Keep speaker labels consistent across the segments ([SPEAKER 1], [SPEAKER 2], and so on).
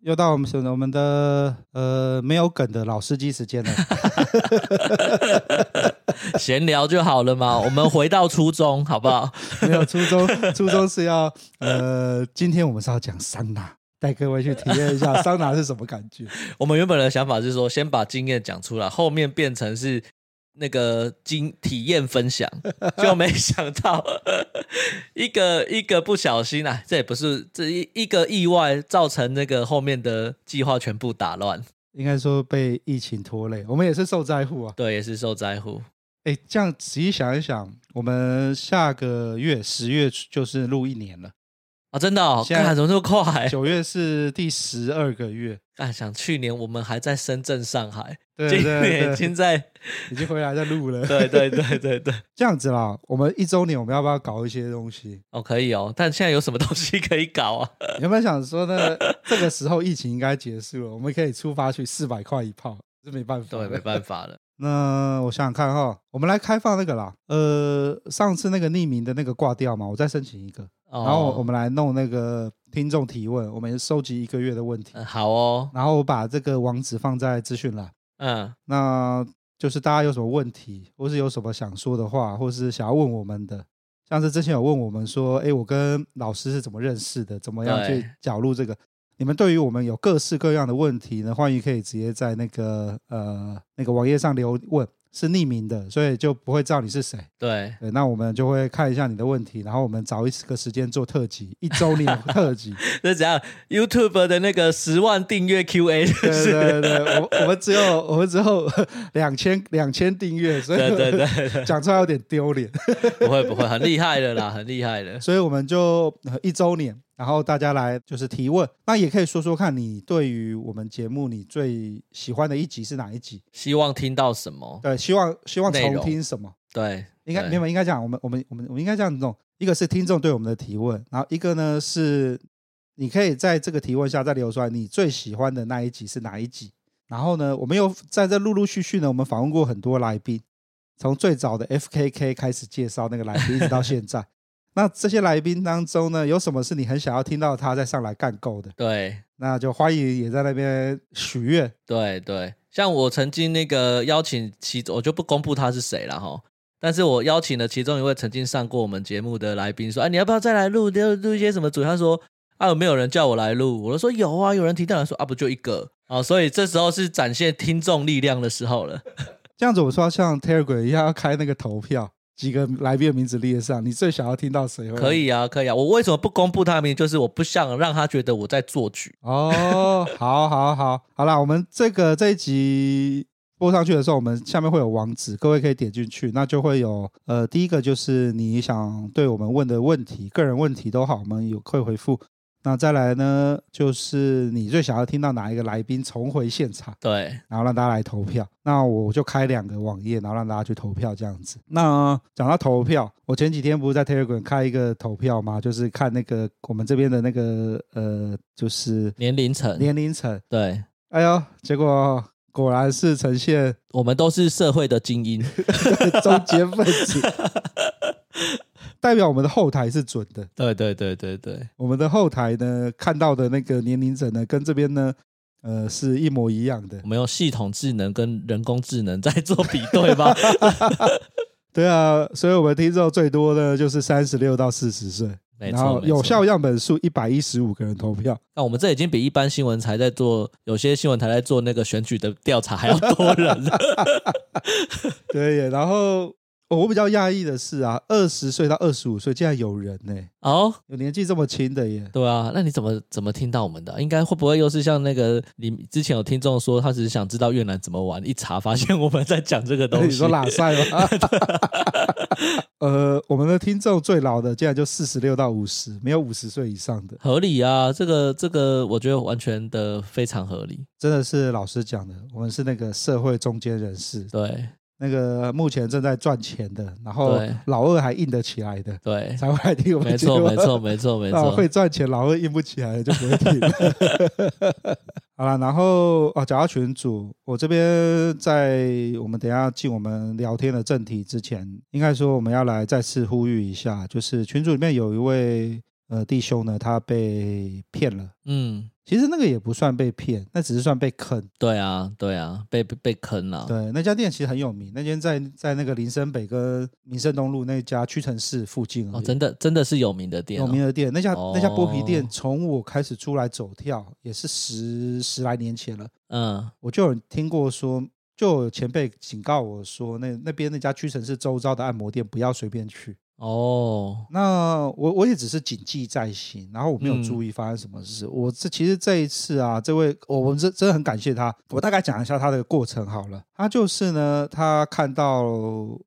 [SPEAKER 1] 又到我们我们的呃没有梗的老司机时间 了。
[SPEAKER 2] 闲聊就好了嘛，我们回到初衷，好不好？
[SPEAKER 1] 没有初衷，初衷是要呃，今天我们是要讲桑拿，带各位去体验一下桑拿是什么感觉。
[SPEAKER 2] 我们原本的想法是说，先把经验讲出来，后面变成是那个经体验 分享，就没想到一个一个不小心啊，这也不是这一一个意外，造成那个后面的计划全部打乱。
[SPEAKER 1] 应该说被疫情拖累，我们也是受灾户啊。
[SPEAKER 2] 对，也是受灾户。
[SPEAKER 1] 哎，这样仔细想一想，我们下个月十月就是录一年了，
[SPEAKER 2] 啊，真的、哦，
[SPEAKER 1] 现在
[SPEAKER 2] 看怎么这么快？
[SPEAKER 1] 九月是第十二个月，
[SPEAKER 2] 啊，想去年我们还在深圳、上海，
[SPEAKER 1] 对
[SPEAKER 2] 今
[SPEAKER 1] 对
[SPEAKER 2] 年已
[SPEAKER 1] 对
[SPEAKER 2] 经在，
[SPEAKER 1] 已经回来在录了。
[SPEAKER 2] 对对对对对，
[SPEAKER 1] 这样子啦，我们一周年我们要不要搞一些东西？
[SPEAKER 2] 哦，可以哦。但现在有什么东西可以搞啊？
[SPEAKER 1] 原本想说呢，这个时候疫情应该结束了，我们可以出发去四百块一炮，这没办法。
[SPEAKER 2] 对，没办法了。
[SPEAKER 1] 那我想想看哈，我们来开放那个啦。呃，上次那个匿名的那个挂掉嘛，我再申请一个，
[SPEAKER 2] 哦、
[SPEAKER 1] 然后我们来弄那个听众提问，我们收集一个月的问题，
[SPEAKER 2] 嗯，好哦，
[SPEAKER 1] 然后我把这个网址放在资讯栏。
[SPEAKER 2] 嗯，
[SPEAKER 1] 那就是大家有什么问题，或是有什么想说的话，或是想要问我们的，像是之前有问我们说，哎，我跟老师是怎么认识的，怎么样
[SPEAKER 2] 对
[SPEAKER 1] 去搅入这个？你们对于我们有各式各样的问题呢，欢迎可以直接在那个呃那个网页上留问，是匿名的，所以就不会知道你是谁。
[SPEAKER 2] 对，
[SPEAKER 1] 对，那我们就会看一下你的问题，然后我们找一个时间做特辑，一周 年特辑。
[SPEAKER 2] 这怎样？YouTube 的那个十万订阅 Q&A，
[SPEAKER 1] 对
[SPEAKER 2] 就
[SPEAKER 1] 对
[SPEAKER 2] 是
[SPEAKER 1] 对，我我们只有我们只有 两千两千订阅，所以
[SPEAKER 2] 对对对对，
[SPEAKER 1] 讲出来有点丢脸，
[SPEAKER 2] 不会不会，很厉害的啦，很厉害的。
[SPEAKER 1] 所以我们就呃一周年，然后大家来就是提问，那也可以说说看你对于我们节目你最喜欢的一集是哪一集？
[SPEAKER 2] 希望听到什么？
[SPEAKER 1] 对，希望希望
[SPEAKER 2] 内容
[SPEAKER 1] 重听什么？
[SPEAKER 2] 对，
[SPEAKER 1] 应该
[SPEAKER 2] 对
[SPEAKER 1] 没有，应该这样，我们我们我们我们应该这样弄，一个是听众对我们的提问，然后一个呢是你可以在这个提问下再留出来你最喜欢的那一集是哪一集。然后呢，我们又在这陆陆续续呢，我们访问过很多来宾，从最早的 FKK 开始介绍那个来宾，一直到现在。那这些来宾当中呢，有什么是你很想要听到他再上来干够的？
[SPEAKER 2] 对
[SPEAKER 1] 那就欢迎也在那边许愿。
[SPEAKER 2] 对对，像我曾经那个邀请其，我就不公布他是谁了哈。但是我邀请了其中一位曾经上过我们节目的来宾，说：“哎，你要不要再来录录录一些什么主题？”他说：“啊，有没有人叫我来录？”我就说：“有啊，有人提到。”他说：“啊，不就一个啊。”所以这时候是展现听众力量的时候了。
[SPEAKER 1] 这样子，我说要像 Telegram 一样要开那个投票，几个来宾的名字列上，你最想要听到谁？
[SPEAKER 2] 可。以啊，可以啊。我为什么不公布他的名字？就是我不想让他觉得我在做局。
[SPEAKER 1] 哦，好好好，好啦，我们这个这一集播上去的时候，我们下面会有网址，各位可以点进去，那就会有呃，第一个就是你想对我们问的问题，个人问题都好，我们有会回复。那再来呢，就是你最想要听到哪一个来宾重回现场，
[SPEAKER 2] 对，
[SPEAKER 1] 然后让大家来投票。那我就开两个网页，然后让大家去投票这样子。那讲到投票，我前几天不是在 Telegram 开一个投票嘛，就是看那个我们这边的那个呃，就是
[SPEAKER 2] 年龄层，
[SPEAKER 1] 年龄层。
[SPEAKER 2] 对
[SPEAKER 1] 哎呦，结果果然是呈 现
[SPEAKER 2] 我们都是社会的 精英。
[SPEAKER 1] 中间分子，代表我们的后台是准的。
[SPEAKER 2] 对对对对对，
[SPEAKER 1] 我们的后台呢，看到的那个年龄层呢，跟这边呢，呃，是一模一样的
[SPEAKER 2] 我。们用系统智能跟人工智能在做比 对吧？
[SPEAKER 1] 对啊，所以我们听众最多的就是三十六到四十岁，
[SPEAKER 2] 没
[SPEAKER 1] 然
[SPEAKER 2] 错，
[SPEAKER 1] 后
[SPEAKER 2] 没
[SPEAKER 1] 有
[SPEAKER 2] 错
[SPEAKER 1] 效。样本数一百一十五个人投票。
[SPEAKER 2] 那我们这已经比一般新闻台在做，有些新闻台在 做那个选举的调查还要多人了。
[SPEAKER 1] 对耶，然后哦我比较讶异的是啊，二十岁到二十五岁竟然有人呢、
[SPEAKER 2] 哦，
[SPEAKER 1] 有年纪这么轻的耶。
[SPEAKER 2] 对啊，那你怎么怎么听到我们的？应该会不会又是像那个你之前有听众说，他只是想知道越南怎么玩，一查发现我们在讲这个东西。
[SPEAKER 1] 你说拉塞 吗？ 呃，我们的听众最老的竟然就四十六到五十，没有五十岁以上的，
[SPEAKER 2] 合理啊，这个这个我觉得完全的非常合理。
[SPEAKER 1] 真的是老师讲的，我们是那个社会中间人士，
[SPEAKER 2] 对
[SPEAKER 1] 那个目前正在赚钱的，然后
[SPEAKER 2] 对
[SPEAKER 1] 老二还硬得起来的，
[SPEAKER 2] 对，
[SPEAKER 1] 才会来听我们
[SPEAKER 2] 没
[SPEAKER 1] 节目
[SPEAKER 2] 错没错没错没
[SPEAKER 1] 啊，
[SPEAKER 2] 错，
[SPEAKER 1] 会赚钱，老二硬不起来的就不会 听。好了，然后哦，讲到群主，我这边在我们等一下进我们聊天的正题之前，应该说我们要来再次呼吁一下，就是群主里面有一位呃弟兄呢，他被骗了。
[SPEAKER 2] 嗯，
[SPEAKER 1] 其实那个也不算被骗，那只是算被坑。
[SPEAKER 2] 对啊对啊，被被被坑了，
[SPEAKER 1] 对，那家店其实很有名，那间在在那个林森北跟民生东路那家屈臣氏附近而
[SPEAKER 2] 哦，
[SPEAKER 1] 已
[SPEAKER 2] 真的真的是有名的店、
[SPEAKER 1] 有名
[SPEAKER 2] 哦，
[SPEAKER 1] 的店，那家、那家剥皮店
[SPEAKER 2] 哦
[SPEAKER 1] 从我开始出来走跳，也是十十来年前了，
[SPEAKER 2] 嗯
[SPEAKER 1] 我就有听过说，就有前辈警告我说，那那边那家屈臣氏周遭的按摩店不要随便去。
[SPEAKER 2] 哦，
[SPEAKER 1] 那我我也只是谨记在心，然后我没有
[SPEAKER 2] 嗯
[SPEAKER 1] 注意发生什么事。我这其实这一次啊，这位我我们真真的很感谢他。我大概讲一下他的过程好了。他就是呢，他看到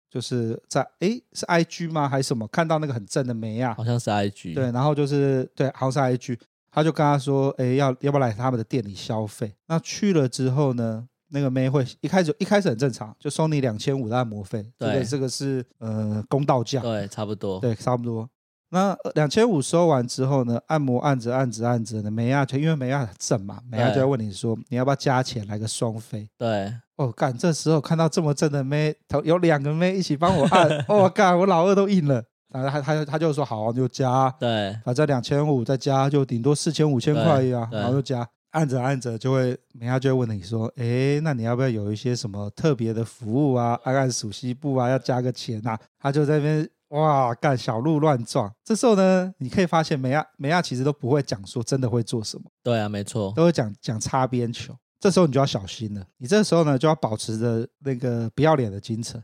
[SPEAKER 1] 就是在诶是 IG 吗还是什么？看到那个很正的梅啊，
[SPEAKER 2] 好像是 IG，
[SPEAKER 1] 对，然后就是对，好像是 IG，他就跟他说，哎，要要不要来他们的店里消费？那去了之后呢，那个妹会一开始一开始很正常，就收你两千五的按摩费，这个
[SPEAKER 2] 对
[SPEAKER 1] 这个是呃公道价，
[SPEAKER 2] 对，差不多，
[SPEAKER 1] 对，差不多。那呃两千五收完之后呢，按摩按着按着按着呢，美亚就因为美亚很正嘛，美亚就
[SPEAKER 2] 对
[SPEAKER 1] 会问你说你要不要加钱来个双飞？
[SPEAKER 2] 对，
[SPEAKER 1] 哦，干！这时候看到这么正的妹，头有两个妹一起帮我 按，哦，干！我老二都硬了。然后他他就他就说好，你就加啊、
[SPEAKER 2] 对，
[SPEAKER 1] 反正两千五再加就顶多四千五千块呀、
[SPEAKER 2] 对
[SPEAKER 1] 然后就加，按着按着就会，人家就会问你说，诶，那你要不要有一些什么特别的服务啊？按按属西部啊，要加个钱啊？他就在那边哇干小鹿乱撞。这时候呢，你可以发现美亚美亚其实都不会讲说真的会做什么，
[SPEAKER 2] 对啊，没错，
[SPEAKER 1] 都会讲讲擦边球。这时候你就要小心了，你这时候呢就要保持着那个不要脸的精 神。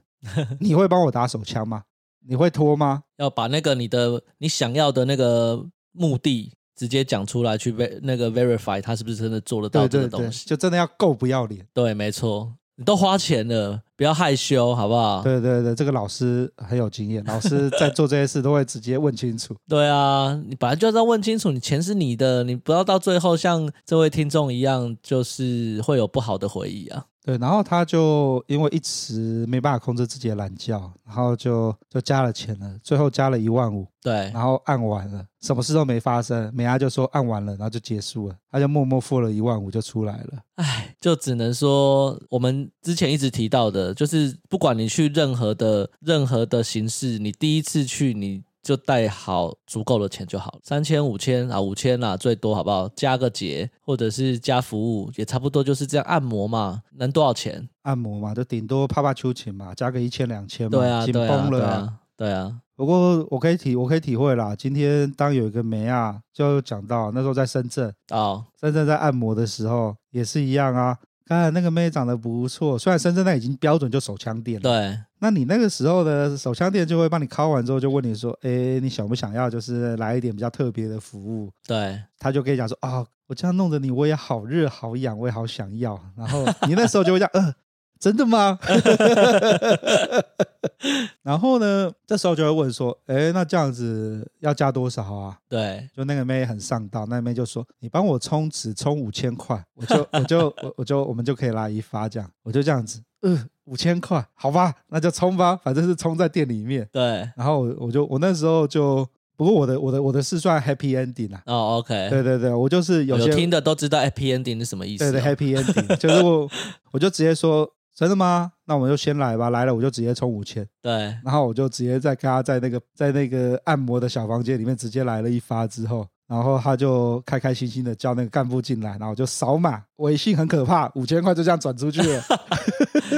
[SPEAKER 1] 你会帮我打手枪吗？你会脱吗？
[SPEAKER 2] 要把那个你的你想要的那个目的直接讲出来，去 ver 那个 verify 他是不是真的做得到
[SPEAKER 1] 对
[SPEAKER 2] 这
[SPEAKER 1] 对
[SPEAKER 2] 个
[SPEAKER 1] 对，
[SPEAKER 2] 东西，
[SPEAKER 1] 就真的要够不要脸。
[SPEAKER 2] 对，没错，你都花钱了，不要害羞，好不好？
[SPEAKER 1] 对对对，这个老师很有经验，老师在做这些事都会直接问清楚。
[SPEAKER 2] 对啊，你本来就要问清楚，你钱是你的，你不要到最后像这位听众一样，就是会有不好的回忆啊。
[SPEAKER 1] 对，然后他就因为一直没办法控制自己的懒觉，然后就就加了钱了，最后加了一万五，
[SPEAKER 2] 对
[SPEAKER 1] 然后按完了，什么事都没发生，美伢就说按完了，然后就结束了，他就默默付了一万五就出来了。
[SPEAKER 2] 就只能说我们之前一直提到的，就是不管你去任何的任何的形式，你第一次去你就带好足够的钱就好了，三千、五千啊，五千啦，最多好不好？加个节或者是加服务，也差不多就是这样。按摩嘛，能多少钱？
[SPEAKER 1] 按摩嘛，就顶多泡泡秋千嘛，加个一千两千嘛，
[SPEAKER 2] 对啊，
[SPEAKER 1] 紧
[SPEAKER 2] 对啊，
[SPEAKER 1] 绷
[SPEAKER 2] 对
[SPEAKER 1] 了啊、
[SPEAKER 2] 啊，对啊，
[SPEAKER 1] 不过我可以体我可以体会啦，今天当有一个梅亚就讲到那时候在深圳，
[SPEAKER 2] 哦，
[SPEAKER 1] 深圳在按摩的时候也是一样啊。刚才那个妹长得不错，虽然深圳那已经标准就手枪店了。
[SPEAKER 2] 对。
[SPEAKER 1] 那你那个时候的手枪店就会帮你敲完之后，就问你说：“哎，你想不想要？就是来一点比较特别的服务
[SPEAKER 2] 对，？”
[SPEAKER 1] 他就可以讲说：“啊、我这样弄得你我也好热好痒，我也好想要。”然后你那时候就会讲：“呃，真的吗？” 然后呢，这时候就会问说：“哎，那这样子要加多少啊？”
[SPEAKER 2] 对，
[SPEAKER 1] 就那个妹很上道，那个妹就说：“你帮我充值，充五千块，我就我就我我就我们就可以来一发这样。”我就这样子，呃，五千块，好吧，那就充吧，反正是充在店里面。
[SPEAKER 2] 对，
[SPEAKER 1] 然后我我就我那时候就，不过我的我的我的是算 happy ending 啦、
[SPEAKER 2] 哦，OK，
[SPEAKER 1] 对对对，我就是有
[SPEAKER 2] 有
[SPEAKER 1] 些
[SPEAKER 2] 听的都知道 happy ending 是什么意思
[SPEAKER 1] 对对
[SPEAKER 2] 啊、
[SPEAKER 1] happy ending，就是我 我就直接说真的吗？那我们就先来吧，来了我就直接充五千，
[SPEAKER 2] 对
[SPEAKER 1] 然后我就直接在跟他在那个在那个按摩的小房间里面直接来了一发之后，然后他就开开心心的叫那个干部进来，然后我就扫码，微信很可怕，五千块就这样转出去了。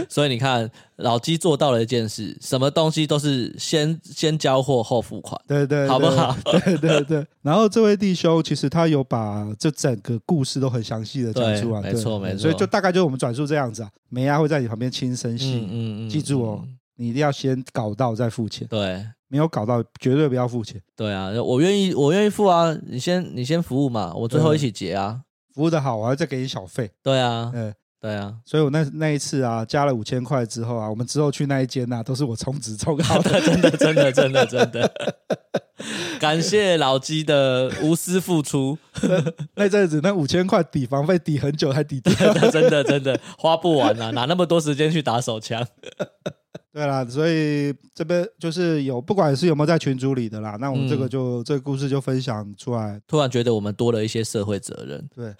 [SPEAKER 2] 所以你看，老鸡做到了一件事，什么东西都是先先交货后付款。
[SPEAKER 1] 对对对，
[SPEAKER 2] 好不好？
[SPEAKER 1] 对对对。然后这位弟兄其实他有把这整个故事都很详细的讲出来，
[SPEAKER 2] 对
[SPEAKER 1] 对
[SPEAKER 2] 没
[SPEAKER 1] 对
[SPEAKER 2] 错没错
[SPEAKER 1] 所以就大概就是我们转述这样子啊。梅亚会在你旁边轻声细语，
[SPEAKER 2] 嗯
[SPEAKER 1] 记住哦，你一定要先搞到再付钱，
[SPEAKER 2] 对
[SPEAKER 1] 没有搞到绝对不要付钱。
[SPEAKER 2] 对啊，我愿意，我愿意付啊，你先你先服务嘛，我最后一起结啊，
[SPEAKER 1] 服务的好，我还要再给你小费。
[SPEAKER 2] 对啊，
[SPEAKER 1] 嗯，
[SPEAKER 2] 对啊，
[SPEAKER 1] 所以我那那一次啊，加了五千块之后啊，我们之后去那一间呐、都是我充值充好哦 的。
[SPEAKER 2] 真的真的真的真的，感谢老鸡的无私付出，
[SPEAKER 1] 那阵子那五千块抵房费抵很久才抵掉。
[SPEAKER 2] 真的真的真的花不完啊，哪那么多时间去打手枪？
[SPEAKER 1] 对啦，所以这边就是有，不管是有没有在群组里的啦，
[SPEAKER 2] 嗯
[SPEAKER 1] 那我们这个就、这个故事就分享出来。
[SPEAKER 2] 突然觉得我们多了一些社会责任，
[SPEAKER 1] 对，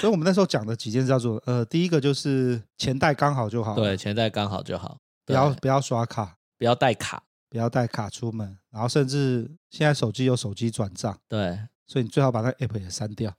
[SPEAKER 1] 所以我们那时候讲的几件事叫做，呃，第一个就是钱袋刚好就好，，
[SPEAKER 2] 对，钱袋刚好就好，
[SPEAKER 1] 不要
[SPEAKER 2] 对
[SPEAKER 1] 不要刷卡，
[SPEAKER 2] 不要带卡，
[SPEAKER 1] 不要带卡出门，然后甚至现在手机有手机转账，
[SPEAKER 2] 对，
[SPEAKER 1] 所以你最好把那 app 也删掉。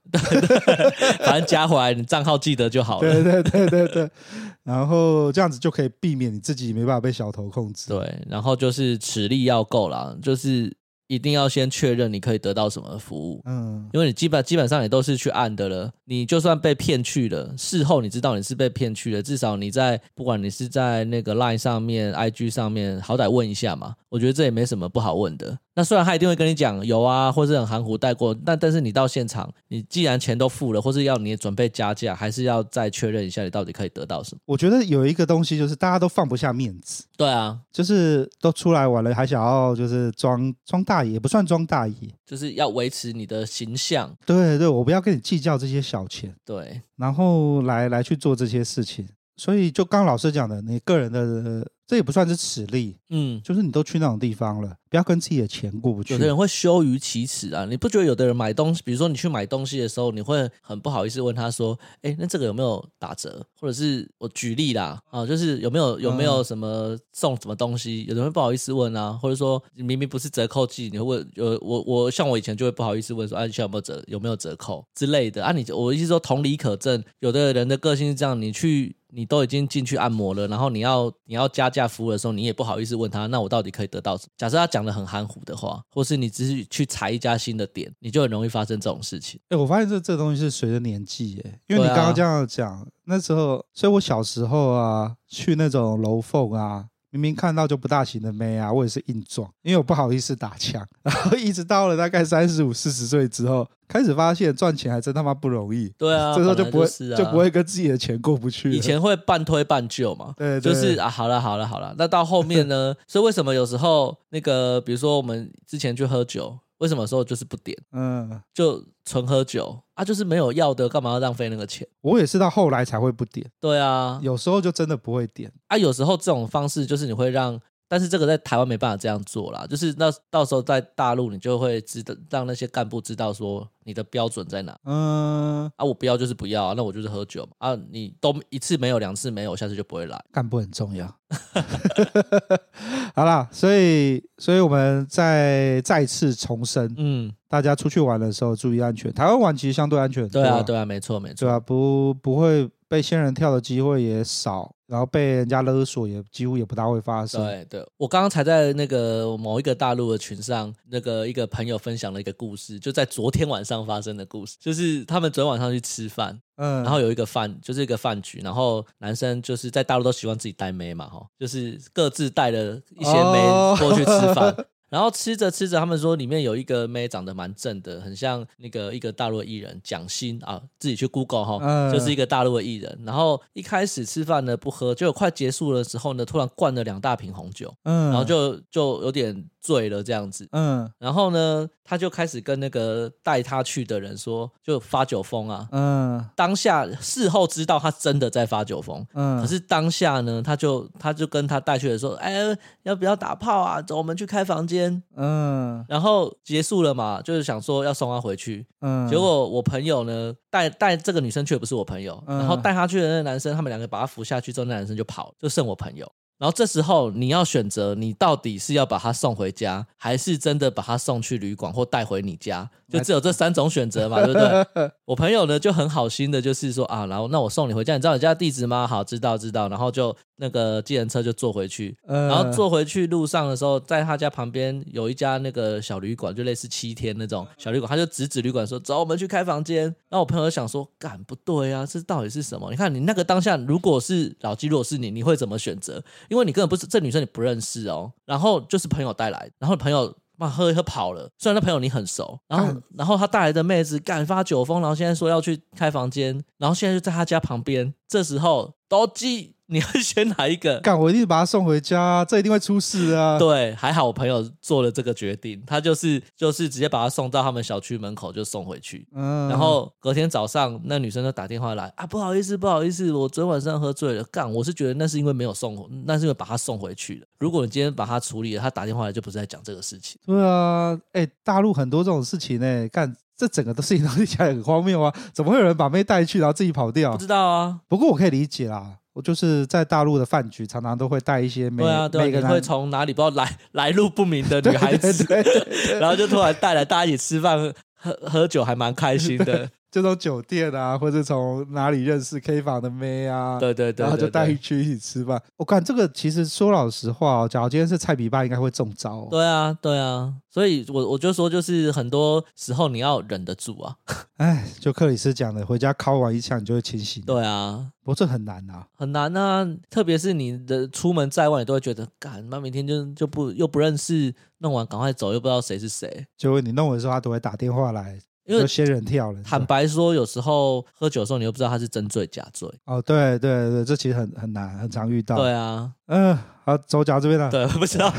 [SPEAKER 2] 反正加回来你账号记得就好
[SPEAKER 1] 对
[SPEAKER 2] 了。
[SPEAKER 1] 对对对对， 然后这样子就可以避免你自己没办法被小偷控制。
[SPEAKER 2] 对，然后就是实力要够啦，就是一定要先确认你可以得到什么服务，
[SPEAKER 1] 嗯，
[SPEAKER 2] 因为你基本基本上也都是去按的了，你就算被骗去了，事后你知道你是被骗去了，至少你在不管你是在那个 Line 上面、IG 上面，好歹问一下嘛。我觉得这也没什么不好问的。那虽然他一定会跟你讲有啊，或是很含糊带过，但但是你到现场，你既然钱都付了，或是要你准备加价，还是要再确认一下你到底可以得到什么。
[SPEAKER 1] 我觉得有一个东西就是大家都放不下面子。
[SPEAKER 2] 对啊，
[SPEAKER 1] 就是都出来玩了，还想要就是装装大爷，也不算装大爷。
[SPEAKER 2] 就是要维持你的形象。
[SPEAKER 1] 对对，我不要跟你计较这些小钱，
[SPEAKER 2] 对，
[SPEAKER 1] 然后来来去做这些事情。所以就刚老师讲的，你个人的、呃这也不算是耻力，
[SPEAKER 2] 嗯，
[SPEAKER 1] 就是你都去那种地方了，不要跟自己的钱过不去
[SPEAKER 2] 有的。人会羞于启齿啊，你不觉得有的人买东西，比如说你去买东西的时候，你会很不好意思问他说：“哎，那这个有没有打折？”或者是我举例啦，啊，就是有没有有没
[SPEAKER 1] 嗯
[SPEAKER 2] 有什么送什么东西？有的人会不好意思问啊，或者说明明不是折扣季，你会问有我我像我以前就会不好意思问说：“哎、啊，你现在有没有折有没有折扣之类的？”啊你，我意思说同理可证，有的人的个性是这样，你去。你都已经进去按摩了，然后你要你要加价服务的时候，你也不好意思问他，那我到底可以得到什么？假设他讲的很含糊的话，或是你只是去踩一家新的点，你就很容易发生这种事情。
[SPEAKER 1] 哎、我发现这这东西是随着年纪耶，因为你
[SPEAKER 2] 对啊
[SPEAKER 1] 刚刚这样讲，那时候，所以我小时候啊，去那种楼缝啊，明明看到就不大型的妹啊，我也是硬撞，因为我不好意思打枪， 然后一直到了大概三十五、四十岁之后，开始发现赚钱还真他妈不容易，
[SPEAKER 2] 对啊，
[SPEAKER 1] 这时候
[SPEAKER 2] 本来
[SPEAKER 1] 不会
[SPEAKER 2] 是啊、
[SPEAKER 1] 不会跟自己的钱过不去了。
[SPEAKER 2] 以前会半推半就嘛，
[SPEAKER 1] 对对
[SPEAKER 2] 就是啊，好了好了好了。那到后 面呢？所以为什么有时候那个，比如说我们之前去喝酒，为什么有时候就是不点，
[SPEAKER 1] 嗯，
[SPEAKER 2] 就纯喝酒啊，就是没有要的，干嘛要浪费那个钱？
[SPEAKER 1] 我也是到后来才会不点，
[SPEAKER 2] 对啊，
[SPEAKER 1] 有时候就真的不会点。
[SPEAKER 2] 啊，有时候这种方式就是你会让，但是这个在台湾没办法这样做啦，就是那到时候在大陆你就会知道，让那些干部知道说你的标准在哪
[SPEAKER 1] 嗯，
[SPEAKER 2] 啊，我不要就是不要、啊，那我就是喝酒嘛啊，你都一次没有两次没有，下次就不会来。
[SPEAKER 1] 干部很重要。 好啦，所以所以我们再再次重申，
[SPEAKER 2] 嗯，
[SPEAKER 1] 大家出去玩的时候注意安全。台湾玩其实相对安全很多
[SPEAKER 2] 对
[SPEAKER 1] 啊，
[SPEAKER 2] 啊，对啊，没错没
[SPEAKER 1] 对
[SPEAKER 2] 错，
[SPEAKER 1] 啊，不不会被仙人跳的机会也少，然后被人家勒索也几乎也不大会发生。
[SPEAKER 2] 对对，我刚刚才在那个某一个大陆的群上，那个一个朋友分享了一个故事，就在昨天晚上发生的故事，就是他们昨天晚上去吃饭，
[SPEAKER 1] 嗯，
[SPEAKER 2] 然后有一个饭，就是一个饭局，然后男生就是在大陆都喜欢自己带妹嘛，哈，就是各自带了一些
[SPEAKER 1] 哦
[SPEAKER 2] 妹过去吃 饭，然后吃着吃着，他们说里面有一个妹长得蛮正的，很像那个一个大陆的艺人蒋欣啊，自己去 Google 哈、
[SPEAKER 1] 嗯
[SPEAKER 2] 就是一个大陆的艺人。然后一开始吃饭呢不喝，结果快结束的时候呢，突然灌了两大瓶红酒，
[SPEAKER 1] 嗯，
[SPEAKER 2] 然后就就有点醉了这样子。
[SPEAKER 1] 嗯
[SPEAKER 2] 然后呢，他就开始跟那个带他去的人说，就发酒疯啊，
[SPEAKER 1] 嗯
[SPEAKER 2] 当下事后知道他真的在发酒疯，
[SPEAKER 1] 嗯，
[SPEAKER 2] 可是当下呢，他就他就跟他带去的说，哎，要不要打炮啊？走，我们去开房间。
[SPEAKER 1] 嗯
[SPEAKER 2] 然后结束了嘛，就是想说要送她回去。
[SPEAKER 1] 嗯，
[SPEAKER 2] 结果我朋友呢，带带这个女生却不是我朋友，
[SPEAKER 1] 嗯
[SPEAKER 2] 然后带她去的那个男生，他们两个把她扶下去之后，那男生就跑了，就剩我朋友。然后这时候你要选择，你到底是要把她送回家，还是真的把她送去旅馆或带回你家？就只有这三种选择嘛，对不对？我朋友呢就很好心的，就是说啊，然后那我送你回家，你知道你家地址吗？好，知道知道，然后就那个计程车就坐回去，
[SPEAKER 1] 嗯，
[SPEAKER 2] 然
[SPEAKER 1] 然
[SPEAKER 2] 后坐回去路上的时候，在他家旁边有一家那个小旅馆，就类似七天那种小旅馆，他就指指旅馆说：“走，我们去开房间。”然后我朋友想说：“干不对啊，这到底是什么？你看你那个当下，如果是老纪，如果是你，你会怎么选择？因为你根本不是这女生你不认识哦，然后就是朋友带来，然后朋友。嘛，喝一喝跑了。虽然那朋友你很熟，然后
[SPEAKER 1] 干
[SPEAKER 2] 然后他带来的妹子干发酒疯，然后现在说要去开房间，然后现在就在他家旁边。这时候都记，你会选哪一个？
[SPEAKER 1] 干，我一定把他送回家啊，这一定会出事 啊！
[SPEAKER 2] 对，还好我朋友做了这个决定，他就是就是直接把他送到他们小区门口就送回去。
[SPEAKER 1] 嗯，
[SPEAKER 2] 然后隔天早上，那女生就打电话来啊，不好意思，不好意思，我昨天晚上喝醉了。干，我是觉得那是因为没有送，那是因为把他送回去了。如果你今天把他处理了，他打电话来就不是在讲这个事情。
[SPEAKER 1] 对啊，哎、大陆很多这种事情呢、干这整个的事情都听起来很荒谬啊！怎么会有人把妹带去，然后自己跑掉
[SPEAKER 2] 不？知道啊，
[SPEAKER 1] 不过我可以理解啦，我就是在大陆的饭局，常常都会带一些妹，
[SPEAKER 2] 对啊，对啊，
[SPEAKER 1] 妹
[SPEAKER 2] 你
[SPEAKER 1] 跟他
[SPEAKER 2] 会从哪里不知道来来路不明的女孩
[SPEAKER 1] 对
[SPEAKER 2] 子，
[SPEAKER 1] 对对对
[SPEAKER 2] 然后就突然带来大家一起吃饭喝喝酒，还蛮开心 的。
[SPEAKER 1] 就从酒店啊，或者从哪里认识 K 房的妹啊，
[SPEAKER 2] 对对对，
[SPEAKER 1] 然后就
[SPEAKER 2] 对
[SPEAKER 1] 带
[SPEAKER 2] 对
[SPEAKER 1] 去一起吃饭。我看这个其实说老实话、哦，假如今天是菜比爸，应该会中招、哦。
[SPEAKER 2] 对啊，对啊，所以我我就说，就是很多时候你要忍得 住啊。
[SPEAKER 1] 哎，就克里斯讲的，回家敲完一枪你就会清醒。，
[SPEAKER 2] 对啊，
[SPEAKER 1] 不过这很难啊。
[SPEAKER 2] 很难啊，特别是你的出门在外，你都会觉得，干妈明天就就不又不认识，弄完赶快走，又不知道谁是谁。
[SPEAKER 1] 结果你弄的时候，他都会打电话来，
[SPEAKER 2] 因为
[SPEAKER 1] 就仙人跳了。
[SPEAKER 2] 坦白说，有时候喝酒的时候，你又不知道他是真醉假醉。
[SPEAKER 1] 哦，对对对，这其实很很难，很常遇到。
[SPEAKER 2] 对，啊，
[SPEAKER 1] 嗯、好，走脚这边了。
[SPEAKER 2] 对，不知道，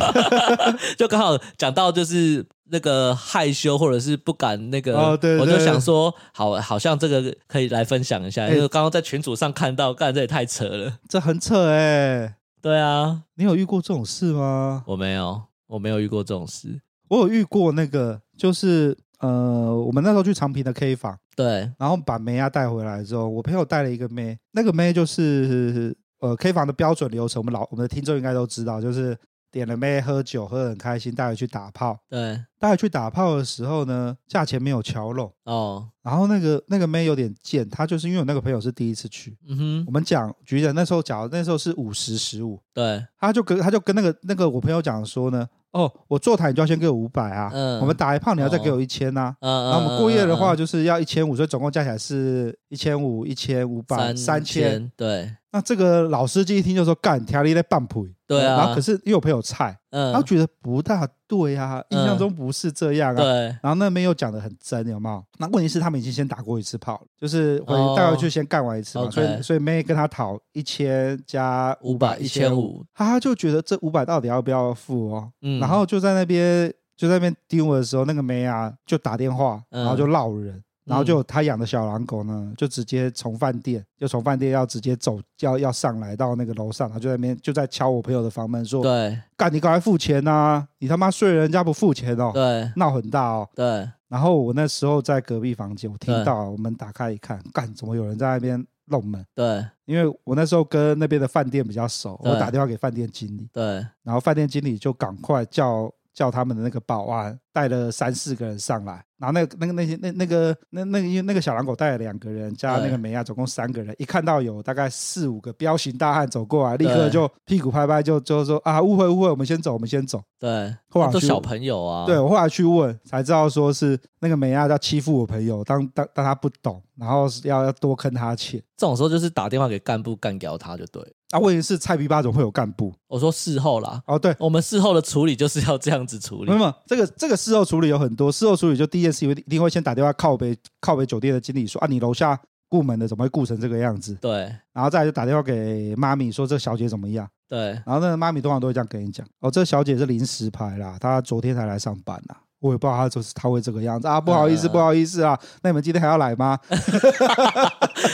[SPEAKER 2] 就刚好讲到就是那个害羞或者是不敢那个，
[SPEAKER 1] 哦对对
[SPEAKER 2] 我就
[SPEAKER 1] 对
[SPEAKER 2] 想说，好，好像这个可以来分享一下，
[SPEAKER 1] 哎
[SPEAKER 2] 因为刚刚在群组上看到，干这也太扯了。
[SPEAKER 1] 这很扯哎、
[SPEAKER 2] 对啊，
[SPEAKER 1] 你有遇过这种事吗？
[SPEAKER 2] 我没有，我没有遇过这种事。
[SPEAKER 1] 我有遇过那个，就是呃，我们那时候去长平的 K 房，
[SPEAKER 2] 对，
[SPEAKER 1] 然后把妹啊带回来之后，我朋友带了一个妹，那个妹就是呃 K 房的标准流程，我们老我们的听众应该都知道，就是点了妹喝酒，喝得很开心，带回去打炮，
[SPEAKER 2] 对，
[SPEAKER 1] 带回去打炮的时候呢，价钱没有敲拢。
[SPEAKER 2] 哦，
[SPEAKER 1] 然后那个那个妹有点贱，她就是因为我那个朋友是第一次去，
[SPEAKER 2] 嗯
[SPEAKER 1] 我
[SPEAKER 2] 哼，
[SPEAKER 1] 们讲局长那时候假如那时候是五十十五，
[SPEAKER 2] 对，
[SPEAKER 1] 他就跟他就跟那个那个我朋友讲说呢，哦，我坐台你就要先给我五百啊，
[SPEAKER 2] 嗯
[SPEAKER 1] 我们打一炮你要再给我一千呐、
[SPEAKER 2] 嗯，
[SPEAKER 1] 然后我们过夜的话
[SPEAKER 2] 嗯
[SPEAKER 1] 就是要一千五，所以总共加起来是一千五、一千五百、
[SPEAKER 2] 嗯
[SPEAKER 1] 三千。
[SPEAKER 2] 千，对，
[SPEAKER 1] 那这个老司机一听就说：“干，条例在半谱。”
[SPEAKER 2] 对啊
[SPEAKER 1] 然后可是因为我朋友菜，
[SPEAKER 2] 嗯，
[SPEAKER 1] 他觉得不大对啊，印象中不是这样啊。
[SPEAKER 2] 对，
[SPEAKER 1] 然后那边又讲的很真，有没有？那问题是他们已经先打过一次炮了，就是回
[SPEAKER 2] 哦
[SPEAKER 1] 带回去先干完一次嘛，
[SPEAKER 2] OK
[SPEAKER 1] 所以所以妹跟他讨一千加
[SPEAKER 2] 五
[SPEAKER 1] 百
[SPEAKER 2] 百
[SPEAKER 1] 一
[SPEAKER 2] 一
[SPEAKER 1] 千
[SPEAKER 2] 千
[SPEAKER 1] 五，
[SPEAKER 2] 五，
[SPEAKER 1] 他就觉得这五百到底要不要付哦？
[SPEAKER 2] 嗯，
[SPEAKER 1] 然后就在那边就在那边盯我的时候，那个梅啊就打电话，
[SPEAKER 2] 嗯
[SPEAKER 1] 然后就闹人，然后
[SPEAKER 2] 嗯
[SPEAKER 1] 就有他养的小狼狗呢，就直接从饭店就从饭店要直接走要要上来到那个楼上，然后就在那边就在敲我朋友的房门说
[SPEAKER 2] 对：“
[SPEAKER 1] 干你赶快付钱呐、你他妈睡人家不付钱哦，
[SPEAKER 2] 对
[SPEAKER 1] 闹很大哦。”
[SPEAKER 2] 对，
[SPEAKER 1] 然后我那时候在隔壁房间，我听
[SPEAKER 2] 对
[SPEAKER 1] 到我们打开一看，干怎么有人在那边弄门？
[SPEAKER 2] 对
[SPEAKER 1] 因为我那时候跟那边的饭店比较熟，我
[SPEAKER 2] 对
[SPEAKER 1] 打电话给饭店经理，
[SPEAKER 2] 对，
[SPEAKER 1] 然后饭店经理就赶快叫叫他们的那个保安带了三四个人上来，然后那个那个那些那那个那那个那个小狼狗带了两个人，加那个
[SPEAKER 2] 对
[SPEAKER 1] 梅亚总共三个人，一看到有大概四五个彪形大汉走过来，立刻
[SPEAKER 2] 对
[SPEAKER 1] 就屁股拍拍就就说啊误会误会，我们先走我们先走。
[SPEAKER 2] 对，
[SPEAKER 1] 后来
[SPEAKER 2] 那都
[SPEAKER 1] 去
[SPEAKER 2] 小朋友啊，
[SPEAKER 1] 对，我后来去问才知道，说是那个梅亚要欺负我朋友，当当当他不懂，然后是要要多坑他钱。
[SPEAKER 2] 这种时候就是打电话给干部干掉他就对了。
[SPEAKER 1] 啊，问题是菜皮巴总会有干部
[SPEAKER 2] 我说事后啦，
[SPEAKER 1] 哦，对，
[SPEAKER 2] 我们事后的处理就是要这样子处理
[SPEAKER 1] 没有，，没有这个这个事后处理有很多，事后处理就第一件事情一定会先打电话靠北靠北酒店的经理说啊，你楼下顾门的怎么会顾成这个样子？
[SPEAKER 2] 对
[SPEAKER 1] 然后再来就打电话给妈咪说这小姐怎么样？
[SPEAKER 2] 对，
[SPEAKER 1] 然后那个妈咪通常都会这样跟你讲哦，这小姐是临时牌啦，她昨天才来上班啦。我也不知道她就是她会这个样子啊，不好意思，
[SPEAKER 2] 嗯嗯嗯
[SPEAKER 1] 不好意思啊，那你们今天还要来吗？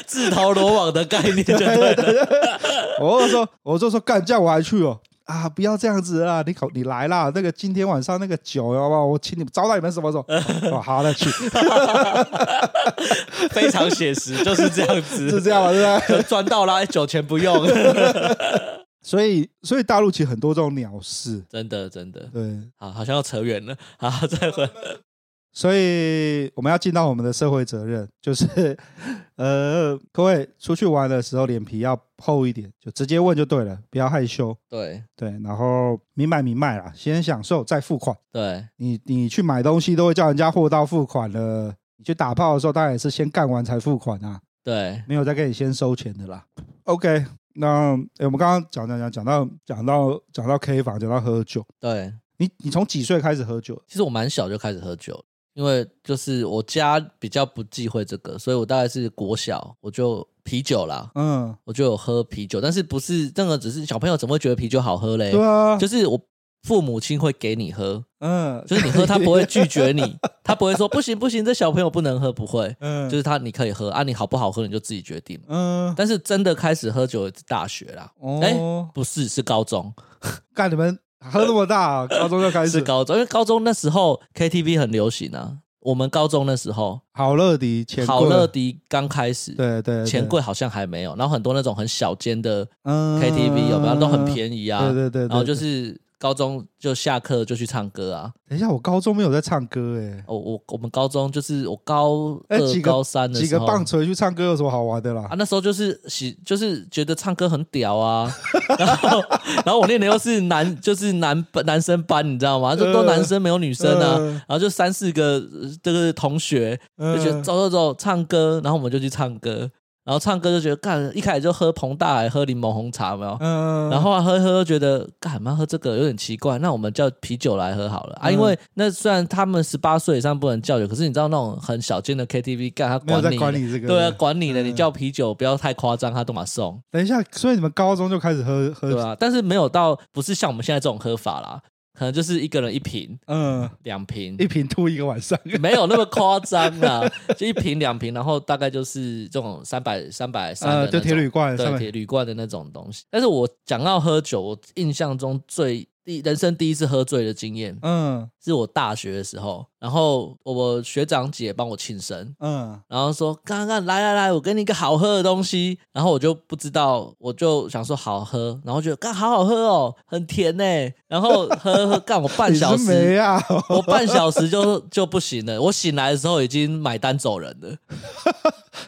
[SPEAKER 2] 自投罗网的概念就对了，
[SPEAKER 1] 我就说，我就说干这样我还去哦啊，不要这样子啊，你考你来啦，那个今天晚上那个酒，好不好？我请你们招待你们什么时候？哦，好，那去
[SPEAKER 2] 非常写实，就是这样
[SPEAKER 1] 是
[SPEAKER 2] 子，
[SPEAKER 1] 这样吧，对不 对？
[SPEAKER 2] 就赚到啦，哎酒钱不 用，
[SPEAKER 1] 所以，所以大陆其实很多这种鸟事，
[SPEAKER 2] 真的真的，
[SPEAKER 1] 对，
[SPEAKER 2] 好，好像要扯远了，好，再 回，
[SPEAKER 1] 所以我们要尽到我们的社会责任，就是， 呃，各位出去玩的时候脸皮要厚一点，就直接问就对了，不要害羞，
[SPEAKER 2] 对
[SPEAKER 1] 对，然后明买明卖啦，先享受再付款。
[SPEAKER 2] 对
[SPEAKER 1] 你你去买东西都会叫人家货到付款了，你去打炮的时候当然也是先干完才付款啊，
[SPEAKER 2] 对，
[SPEAKER 1] 没有再跟你先收钱的啦。OK，那诶我们刚刚讲讲讲讲到讲到讲到 K 房，讲到喝酒，
[SPEAKER 2] 对，
[SPEAKER 1] 你你从几岁开始喝酒？
[SPEAKER 2] 其实我蛮小就开始喝酒，因为就是我家比较不忌讳这个，所以我大概是国小我就啤酒啦，
[SPEAKER 1] 嗯，
[SPEAKER 2] 我就有喝啤酒，但是不是那个只是小朋友怎么会觉得啤酒好喝嘞？
[SPEAKER 1] 对啊，
[SPEAKER 2] 就是我父母亲会给你喝，
[SPEAKER 1] 嗯，
[SPEAKER 2] 就是你喝他不会拒绝你，他不会说不行不行，这小朋友不能喝，不会，
[SPEAKER 1] 嗯，
[SPEAKER 2] 就是他你可以喝啊，你好不好喝你就自己决定。
[SPEAKER 1] 嗯，
[SPEAKER 2] 但是真的开始喝酒是大学啦，
[SPEAKER 1] 哦，
[SPEAKER 2] 哎不是是高中，
[SPEAKER 1] 干你们喝那么大啊，高中就开
[SPEAKER 2] 是
[SPEAKER 1] 始
[SPEAKER 2] 高中，因为高中那时候 KTV 很流行啊。我们高中那时候，
[SPEAKER 1] 好乐迪钱
[SPEAKER 2] 好
[SPEAKER 1] 柜
[SPEAKER 2] 乐迪刚开始，
[SPEAKER 1] 对对对
[SPEAKER 2] 钱柜好像还没有，然后很多那种很小间的
[SPEAKER 1] 嗯
[SPEAKER 2] KTV 有没有都很便宜啊？
[SPEAKER 1] 对对对，对
[SPEAKER 2] 然后就
[SPEAKER 1] 对
[SPEAKER 2] 是高中就下课就去唱歌啊。哦
[SPEAKER 1] 等一下，我高中没有在唱歌哎，
[SPEAKER 2] 我我我们高中就是我高
[SPEAKER 1] 哎几
[SPEAKER 2] 二
[SPEAKER 1] 个
[SPEAKER 2] 高三的
[SPEAKER 1] 几
[SPEAKER 2] 时
[SPEAKER 1] 个
[SPEAKER 2] 候
[SPEAKER 1] 棒槌去唱歌有什么好玩的啦
[SPEAKER 2] 啊，？那时候就是喜就是觉得唱歌很屌啊， 然后然后我练的又是男就是男男生班，你知道吗？就都
[SPEAKER 1] 呃
[SPEAKER 2] 男生没有女生啊，
[SPEAKER 1] 呃
[SPEAKER 2] 然后就三四个呃这个同学就觉得
[SPEAKER 1] 嗯
[SPEAKER 2] 走走走唱歌，然后我们就去唱歌，然后唱歌就觉得干，一开始就喝彭大海喝柠檬红茶有没有？
[SPEAKER 1] 嗯，
[SPEAKER 2] 然后啊，喝一喝都觉得干嘛喝这个有点奇怪，那我们叫啤酒来喝好了
[SPEAKER 1] 嗯
[SPEAKER 2] 啊，因为那虽然他们十八岁以上不能叫酒，可是你知道那种很小间的 KTV 干他
[SPEAKER 1] 没有
[SPEAKER 2] 管
[SPEAKER 1] 在
[SPEAKER 2] 你
[SPEAKER 1] 管
[SPEAKER 2] 的
[SPEAKER 1] 理这个，
[SPEAKER 2] 对啊，管你的，
[SPEAKER 1] 嗯
[SPEAKER 2] 你叫啤酒不要太夸张，他都马送，
[SPEAKER 1] 等一下，所以你们高中就开始喝喝，
[SPEAKER 2] 对啊，但是没有到不是像我们现在这种喝法啦，可能就是一个人一瓶、
[SPEAKER 1] 嗯，
[SPEAKER 2] 两瓶，
[SPEAKER 1] 一瓶吐一个晚上，
[SPEAKER 2] 没有那么夸张啦，就一瓶两瓶，然后大概就是这种三百三百三
[SPEAKER 1] 呃，
[SPEAKER 2] 的
[SPEAKER 1] 就铁铝
[SPEAKER 2] 那种，
[SPEAKER 1] 罐上
[SPEAKER 2] 对
[SPEAKER 1] 面，
[SPEAKER 2] 铁铝罐的那种东西。但是我讲到喝酒，我印象中最第人生第一次喝醉的经验，
[SPEAKER 1] 嗯
[SPEAKER 2] 是我大学的时候，然后我学长姐帮我庆生，
[SPEAKER 1] 嗯
[SPEAKER 2] 然后说：“刚刚来来来，我给你一个好喝的东西。”然后我就不知道，我就想说好喝，然后觉得干好好喝哦，很甜呢、然后喝喝干我半
[SPEAKER 1] 你
[SPEAKER 2] 小
[SPEAKER 1] 是没
[SPEAKER 2] 时，
[SPEAKER 1] 啊，
[SPEAKER 2] 我半小时就就不行了。我醒来的时候已经买单走人了。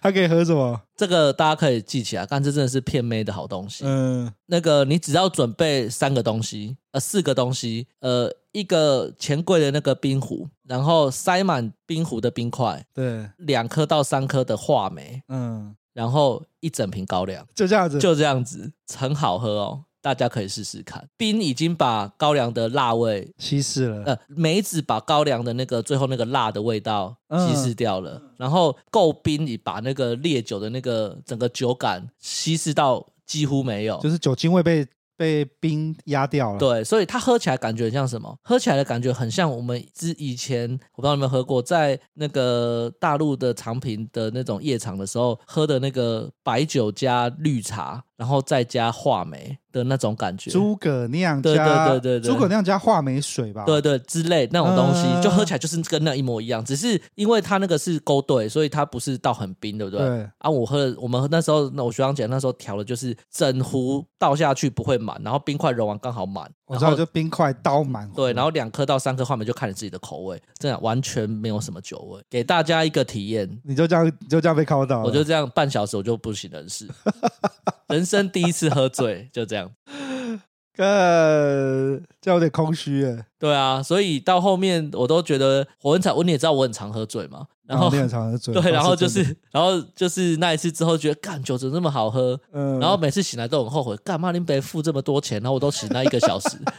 [SPEAKER 1] 还可以喝什么？
[SPEAKER 2] 这个大家可以记起来，干这真的是骗妹的好东西。
[SPEAKER 1] 嗯
[SPEAKER 2] 那个你只要准备三个东西，呃，四个东西，呃，一个钱柜的那个冰壶，然后塞满冰壶的冰块，
[SPEAKER 1] 对，
[SPEAKER 2] 两颗到三颗的话梅。
[SPEAKER 1] 嗯，
[SPEAKER 2] 然后一整瓶高粱，
[SPEAKER 1] 就这样子，
[SPEAKER 2] 就这样子，很好喝哦，大家可以试试看。冰已经把高粱的辣味，
[SPEAKER 1] 稀释了，
[SPEAKER 2] 呃，梅子把高粱的那个最后那个辣的味道
[SPEAKER 1] 嗯
[SPEAKER 2] 稀释掉了，然后够冰已把那个烈酒的那个整个酒感稀释到几乎没有
[SPEAKER 1] 就。是酒精味被被冰压掉了，
[SPEAKER 2] 对，所以它喝起来感觉像什么？喝起来的感觉很像我们之以前，我不知道你们喝过，在那个大陆的长平的那种夜场的时候喝的那个白酒加绿茶，然后再加话梅的那种感觉，
[SPEAKER 1] 诸葛酿
[SPEAKER 2] 对对
[SPEAKER 1] 加
[SPEAKER 2] 对对对
[SPEAKER 1] 诸葛酿加话梅水吧，
[SPEAKER 2] 对对之类那种东西，
[SPEAKER 1] 嗯
[SPEAKER 2] 就喝起来就是跟那一模一样，只是因为它那个是勾兑，所以它不是到很冰，对不对？
[SPEAKER 1] 对，
[SPEAKER 2] 啊，我喝了，我们那时候，那我学长姐那时候调的就是整壶倒下去不会满，然后冰块融完刚好满，
[SPEAKER 1] 我
[SPEAKER 2] 然
[SPEAKER 1] 知道
[SPEAKER 2] 后
[SPEAKER 1] 就嗯冰块刀满，
[SPEAKER 2] 对，然后两颗到三颗话梅就看你自己的口味，真的完全没有什么酒味，给大家一个体验。
[SPEAKER 1] 你就这样你就这样被敲到了，
[SPEAKER 2] 我就这样半小时我就不省 人事，人生第一次喝醉就这样。
[SPEAKER 1] 呃，这样有点空虚哎，
[SPEAKER 2] 对啊，所以到后面我都觉得我很常，我你也知道我很常喝醉嘛，然后
[SPEAKER 1] 哦你很常喝醉，
[SPEAKER 2] 对，然后就
[SPEAKER 1] 真的
[SPEAKER 2] 是然后就是那一次之后觉得干酒怎么那么好喝，
[SPEAKER 1] 嗯，
[SPEAKER 2] 然后每次醒来都很后悔，干嘛林北付这么多钱，然后我都醒那一个小时。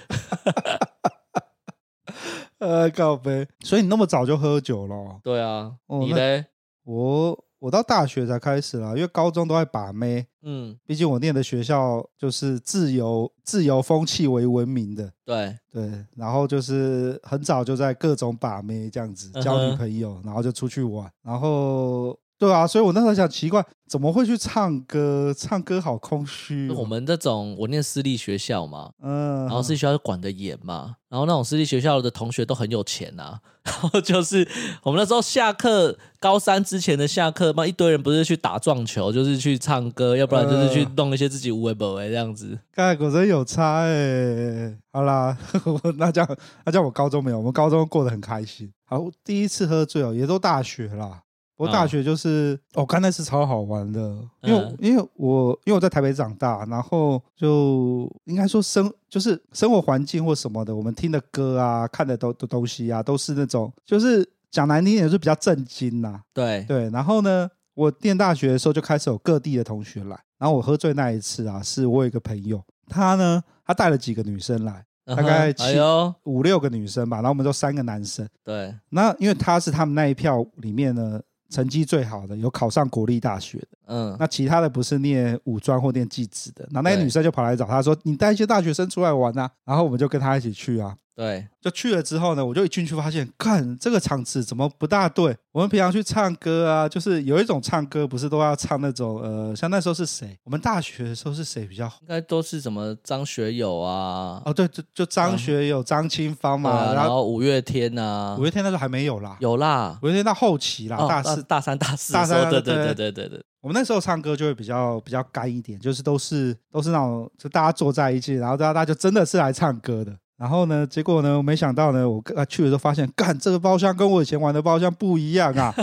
[SPEAKER 1] 呃告杯，所以你那么早就喝酒了。
[SPEAKER 2] 对啊，
[SPEAKER 1] 哦
[SPEAKER 2] 你
[SPEAKER 1] 那
[SPEAKER 2] 嘞？
[SPEAKER 1] 我我到大学才开始啦，因为高中都在把妹，
[SPEAKER 2] 嗯，
[SPEAKER 1] 毕竟我念的学校就是自由自由风气为闻名的，
[SPEAKER 2] 对，
[SPEAKER 1] 对，然后就是很早就在各种把妹这样子
[SPEAKER 2] 嗯哼
[SPEAKER 1] 交女朋友，然后就出去玩，然后对啊，所以我那时候想奇怪，怎么会去唱歌？唱歌好空虚哦、
[SPEAKER 2] 我们这种我念私立学校嘛，
[SPEAKER 1] 嗯，
[SPEAKER 2] 然后私立学校就管得严嘛，然后那种私立学校的同学都很有钱呐、 然后就是我们那时候下课，高三之前的下课嘛，一堆人不是去打撞球，就是去唱歌，要不然就是去
[SPEAKER 1] 嗯
[SPEAKER 2] 弄一些自己无为不为这样子。
[SPEAKER 1] 干果真有差哎、好啦， 我那这样那这样我高中没有，我们高中过得很开心。好，第一次喝醉哦，也都大学啦。我大学就是、哦，刚才是超好玩的，因为、
[SPEAKER 2] 嗯
[SPEAKER 1] 因为我因为我在台北长大，然后就应该说生就是生活环境或什么的，我们听的歌啊、看的都的东西啊，都是那种就是讲难听点就是比较震惊啦、
[SPEAKER 2] 对，
[SPEAKER 1] 对，然后呢，我念大学的时候就开始有各地的同学来，然后我喝醉那一次啊，是我有一个朋友，他呢，他带了几个女生来，
[SPEAKER 2] 大
[SPEAKER 1] 概
[SPEAKER 2] 哎
[SPEAKER 1] 七
[SPEAKER 2] 呦，
[SPEAKER 1] 五六个女生吧，然后我们就三个男生。
[SPEAKER 2] 对，
[SPEAKER 1] 那因为他是他们那一票里面呢，成绩最好的，有考上国立大学的。
[SPEAKER 2] 嗯，
[SPEAKER 1] 那其他的不是念武专或念技职的，那那些
[SPEAKER 2] 对
[SPEAKER 1] 女生就跑来找他说：“你带一些大学生出来玩啊！”然后我们就跟他一起去啊。
[SPEAKER 2] 对，
[SPEAKER 1] 就去了之后呢，我就一进去发现，看这个场子怎么不大对？我们平常去唱歌啊，就是有一种唱歌不是都要唱那种呃，像那时候是谁？我们大学的时候是谁比较红？
[SPEAKER 2] 应该都是什么张学友啊，
[SPEAKER 1] 哦，对，就就张学友、张清芳
[SPEAKER 2] 对
[SPEAKER 1] 嘛，
[SPEAKER 2] 啊然
[SPEAKER 1] 然后
[SPEAKER 2] 后五月天啊
[SPEAKER 1] 五，月天那时候还没有啦，
[SPEAKER 2] 有啦，
[SPEAKER 1] 五月天到后期啦，
[SPEAKER 2] 哦
[SPEAKER 1] 大四
[SPEAKER 2] 大三大四
[SPEAKER 1] 大
[SPEAKER 2] 的时候，
[SPEAKER 1] 三
[SPEAKER 2] 对
[SPEAKER 1] 对
[SPEAKER 2] 对对对对
[SPEAKER 1] 我们那时候唱歌就会比较比较干一点，就是都是都是那种就大家坐在一起，然后大家大家就真的是来唱歌的。然后呢，结果呢，没想到呢，我跟他去的时候发现，干这个包厢跟我以前玩的包厢不一样 啊，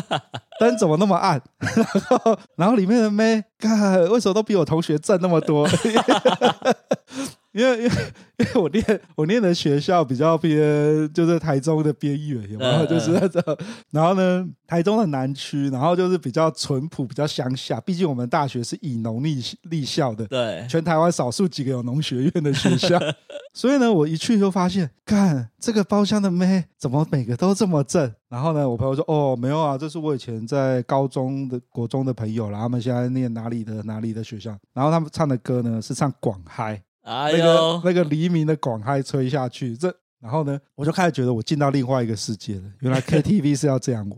[SPEAKER 1] 灯怎么那么暗？ 然后然后里面的妹，干为什么都比我同学挣那么多？ 因为因为因为我念我念的学校比较偏，就是台中的边缘，有没有？
[SPEAKER 2] 嗯嗯
[SPEAKER 1] 就是那种，然后呢，台中的南区，然后就是比较淳朴，比较乡下。毕竟我们大学是以农立立校的，
[SPEAKER 2] 对，
[SPEAKER 1] 全台湾少数几个有农学院的学校，所以呢，我一去就发现，看这个包厢的妹怎么每个都这么正。然后呢，我朋友说，哦，没有啊，这是我以前在高中的国中的朋友啦，他们现在念哪里的哪里的学校，然后他们唱的歌呢是唱广嗨。
[SPEAKER 2] 哎
[SPEAKER 1] 那个
[SPEAKER 2] 呦，
[SPEAKER 1] 那个黎明的广嗨吹下去，这然后呢，我就开始觉得我进到另外一个世界了。原来 KTV 是要这样我，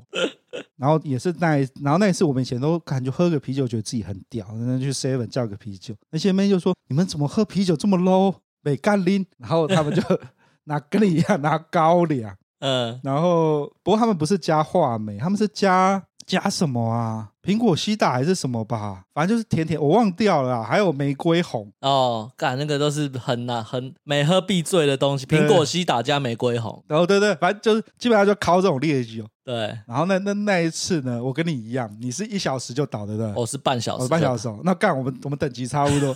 [SPEAKER 1] 然后也是那一，然后那一次我们以前都感觉喝个啤酒觉得自己很屌，然后去 Seven 叫个啤酒，那些妹就说你们怎么喝啤酒这么 low，没干拎， 然后他们就拿跟你一样拿高粱，
[SPEAKER 2] 嗯，
[SPEAKER 1] 然后不过他们不是加话梅，他们是加加什么啊？苹果西打还是什么吧，反正就是甜甜，我忘掉了啦，啊还有玫瑰红。
[SPEAKER 2] 哦，干那个都是很难很每喝必醉的东西，
[SPEAKER 1] 对
[SPEAKER 2] 苹果西打加玫瑰红，
[SPEAKER 1] 然后哦对对，反正就是基本上就靠这种烈酒。
[SPEAKER 2] 对，
[SPEAKER 1] 然后那那那一次呢，我跟你一样，你是一小时就倒的，对不对？
[SPEAKER 2] 我哦是半小
[SPEAKER 1] 我
[SPEAKER 2] 时，
[SPEAKER 1] 半小，时哦，那干我们我们等级差不多。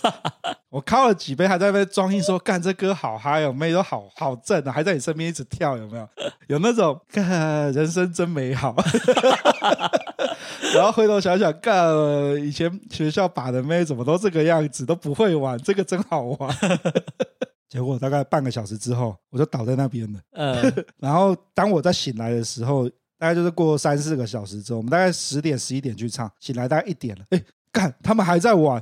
[SPEAKER 1] 我靠了几杯，还在那边装硬说 干这歌好嗨哦，妹都好好正啊，还在你身边一直跳，有没有？有那种 干人生真美好。 然后回头想想，干呃以前学校把的妹怎么都这个样子，都不会玩，这个真好玩。结果大概半个小时之后，我就倒在那边了。
[SPEAKER 2] 嗯，
[SPEAKER 1] 然后当我在醒来的时候，大概就是过三四个小时之后，我们大概十点十一点去唱，醒来大概一点了，哎，干，他们还在玩，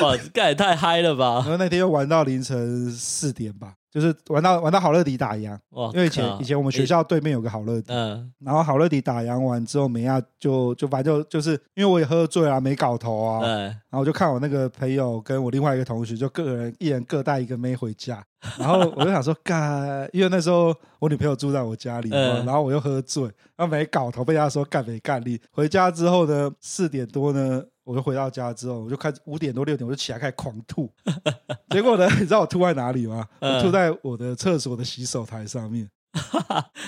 [SPEAKER 2] 哇，干也太嗨了
[SPEAKER 1] 然
[SPEAKER 2] 吧，
[SPEAKER 1] 后那天又玩到凌晨四点吧，就是玩到玩到好乐迪打烊，
[SPEAKER 2] 哇，
[SPEAKER 1] 因为以前
[SPEAKER 2] 靠
[SPEAKER 1] 以前我们学，校对面有个好乐迪，
[SPEAKER 2] 嗯，
[SPEAKER 1] 然后好乐迪打烊完之后，美亚就就反正就就是因为我也喝醉啊，没搞头啊，
[SPEAKER 2] 对，
[SPEAKER 1] 然后我就看我那个朋友跟我另外一个同学，就个人一人各带一个妹回家。然后我就想说，干，因为那时候我女朋友住在我家里嘛，
[SPEAKER 2] 嗯
[SPEAKER 1] 然后我又喝醉，然后没搞头，被他说干没干力。回家之后呢，四点多呢，我就回到家之后，我就开始五点多六点我就起来开始狂吐。 结果呢，你知道我吐在哪里吗？
[SPEAKER 2] 嗯
[SPEAKER 1] 我吐在我的厕所的洗手台上面。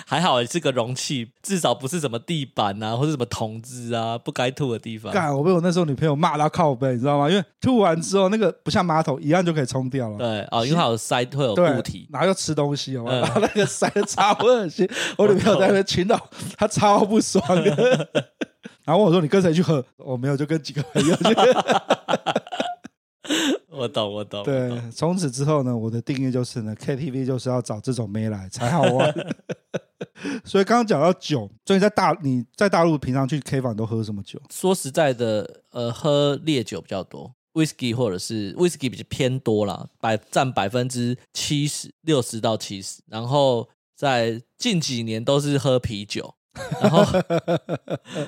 [SPEAKER 2] 还好也是个容器，至少不是什么地板啊，或是什么桶子啊，不该吐的地方，
[SPEAKER 1] 干，我被我那时候女朋友骂到靠背，你知道吗？因为吐完之后，那个不像马桶一样就可以冲掉了。
[SPEAKER 2] 对，哦，因为它有塞，会有
[SPEAKER 1] 对，
[SPEAKER 2] 固体，
[SPEAKER 1] 然后又吃东西，有没有
[SPEAKER 2] 嗯
[SPEAKER 1] 然后那个塞的超恶 心，我女朋友在那边群到，她超不爽
[SPEAKER 2] 哦
[SPEAKER 1] 的。 然后我说你跟谁去喝？我没有，就跟几个朋友去。
[SPEAKER 2] 我懂，我懂，我懂，
[SPEAKER 1] 对，从此之后呢，我的定义就是呢，KTV 就是要找这种妹来才好玩。 所以刚刚讲到酒，所以在大你在大陆平常去 K 房都喝什么酒？
[SPEAKER 2] 说实在的，呃，喝烈酒比较多，whisky 或者是 whisky 比较偏多啦，百占百分之七十六十到七十，然后在近几年都是喝啤酒，然后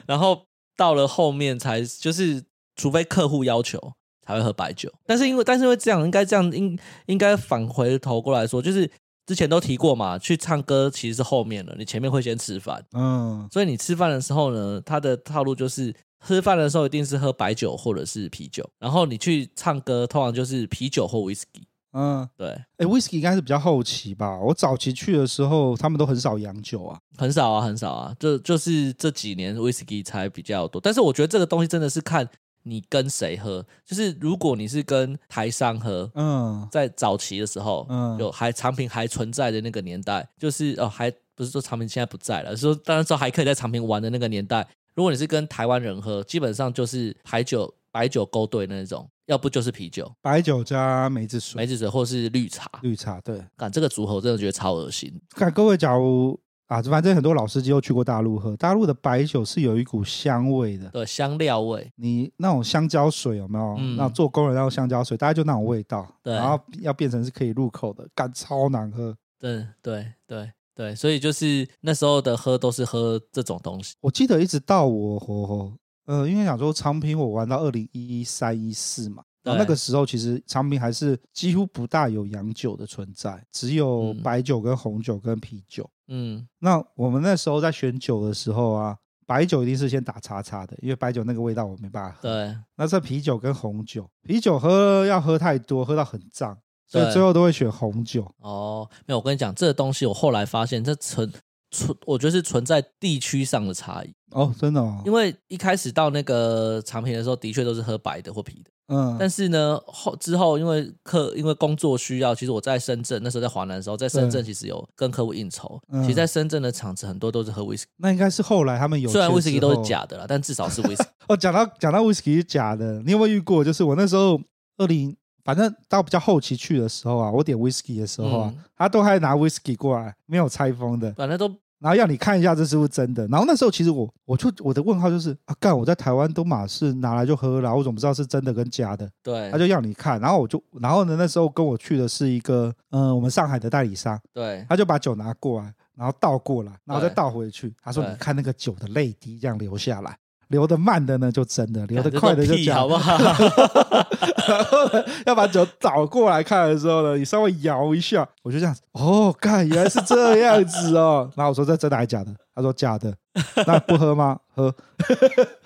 [SPEAKER 2] 然后到了后面才就是，除非客户要求才会喝白酒，但是因为但是因为这样，应该这样应应该返回头过来说，就是之前都提过嘛，去唱歌其实是后面了，你前面会先吃饭。
[SPEAKER 1] 嗯，
[SPEAKER 2] 所以你吃饭的时候呢，它的套路就是吃饭的时候一定是喝白酒或者是啤酒，然后你去唱歌通常就是啤酒或 whisky。
[SPEAKER 1] 嗯，
[SPEAKER 2] 对，
[SPEAKER 1] 哎，whisky 应该是比较后期吧。我早期去的时候，他们都很少洋酒啊。
[SPEAKER 2] 很少啊，很少啊，就就是这几年 whisky 才比较多。但是我觉得这个东西真的是看你跟谁喝，就是如果你是跟台商喝。
[SPEAKER 1] 嗯，
[SPEAKER 2] 在早期的时候，
[SPEAKER 1] 嗯
[SPEAKER 2] 有还产品还存在的那个年代，就是哦，还不是说产品现在不在了，是说当然说还可以在产品玩的那个年代，如果你是跟台湾人喝，基本上就是白酒白酒勾兑那种，要不就是啤酒、
[SPEAKER 1] 白酒加梅子水、
[SPEAKER 2] 梅子水或是绿茶。
[SPEAKER 1] 绿茶，对。
[SPEAKER 2] 干这个组合我真的觉得超恶心。
[SPEAKER 1] 看各位，假如啊，反正很多老司机都去过大陆喝，大陆的白酒是有一股香味的。
[SPEAKER 2] 对，香料味，
[SPEAKER 1] 你那种香蕉水有没有？
[SPEAKER 2] 嗯
[SPEAKER 1] 那做工人那种香蕉水，大概就那种味道。
[SPEAKER 2] 对
[SPEAKER 1] 然后要变成是可以入口的，干超难喝。
[SPEAKER 2] 对对对对，所以就是那时候的喝都是喝这种东西。
[SPEAKER 1] 我记得一直到我我呃，因为想说长平我玩到二零一三一四嘛，然后哦
[SPEAKER 2] 对
[SPEAKER 1] 那个时候其实长平还是几乎不大有洋酒的存在，只有
[SPEAKER 2] 嗯
[SPEAKER 1] 白酒跟红酒跟啤酒。
[SPEAKER 2] 嗯，
[SPEAKER 1] 那我们那时候在选酒的时候啊，白酒一定是先打叉叉的，因为白酒那个味道我没办法喝。
[SPEAKER 2] 对
[SPEAKER 1] 那这啤酒跟红酒，啤酒喝要喝太多，喝到很胀，所以
[SPEAKER 2] 对
[SPEAKER 1] 最后都会选红酒。
[SPEAKER 2] 哦，没有，我跟你讲，这个东西我后来发现，这存存，我觉得是存在地区上的差异。
[SPEAKER 1] 哦，真的哦
[SPEAKER 2] 因，为一开始到那个长平的时候，的确都是喝白的或啤的，
[SPEAKER 1] 嗯，
[SPEAKER 2] 但是呢，后之后因为客因为工作需要，其实我在深圳那时候在华南的时候，在深圳其实有跟客户应酬，
[SPEAKER 1] 嗯
[SPEAKER 2] 其实在深圳的厂子很多都是喝 whisky，
[SPEAKER 1] 那应该是后来他们有
[SPEAKER 2] 虽然
[SPEAKER 1] 钱
[SPEAKER 2] whisky
[SPEAKER 1] 之
[SPEAKER 2] 都
[SPEAKER 1] 后
[SPEAKER 2] 是假的啦，但至少 是 whisky。
[SPEAKER 1] 哦。讲到讲到 whisky 是假的，你有没有遇过？就是我那时候二零，反正到比较后期去的时候啊，我点 whisky 的时候啊，
[SPEAKER 2] 嗯
[SPEAKER 1] 他都还拿 whisky 过来，没有拆封的，
[SPEAKER 2] 反正都
[SPEAKER 1] 然后要你看一下这是不是真的。然后那时候其实我我就我的问号就是啊，干我在台湾都马是拿来就喝了，我怎么知道是真的跟假的？
[SPEAKER 2] 对
[SPEAKER 1] 他就要你看，然后我就然后呢，那时候跟我去的是一个嗯、呃我们上海的代理商，
[SPEAKER 2] 对
[SPEAKER 1] 他就把酒拿过来，然后倒过来，然后再倒回去。他说
[SPEAKER 2] 对
[SPEAKER 1] 你看那个酒的泪滴这样流下来。流的慢的呢就真的，流
[SPEAKER 2] 干
[SPEAKER 1] 的
[SPEAKER 2] 这
[SPEAKER 1] 快
[SPEAKER 2] 都
[SPEAKER 1] 的就
[SPEAKER 2] 屁
[SPEAKER 1] 假
[SPEAKER 2] 好
[SPEAKER 1] 的。
[SPEAKER 2] 不好？
[SPEAKER 1] 然后呢 要把酒倒过来看的时候呢，你稍微摇一下，我就这样子，哦，看原来是这样子哦。 然后我说这真的还假的？他说假的。 那不喝吗？喝。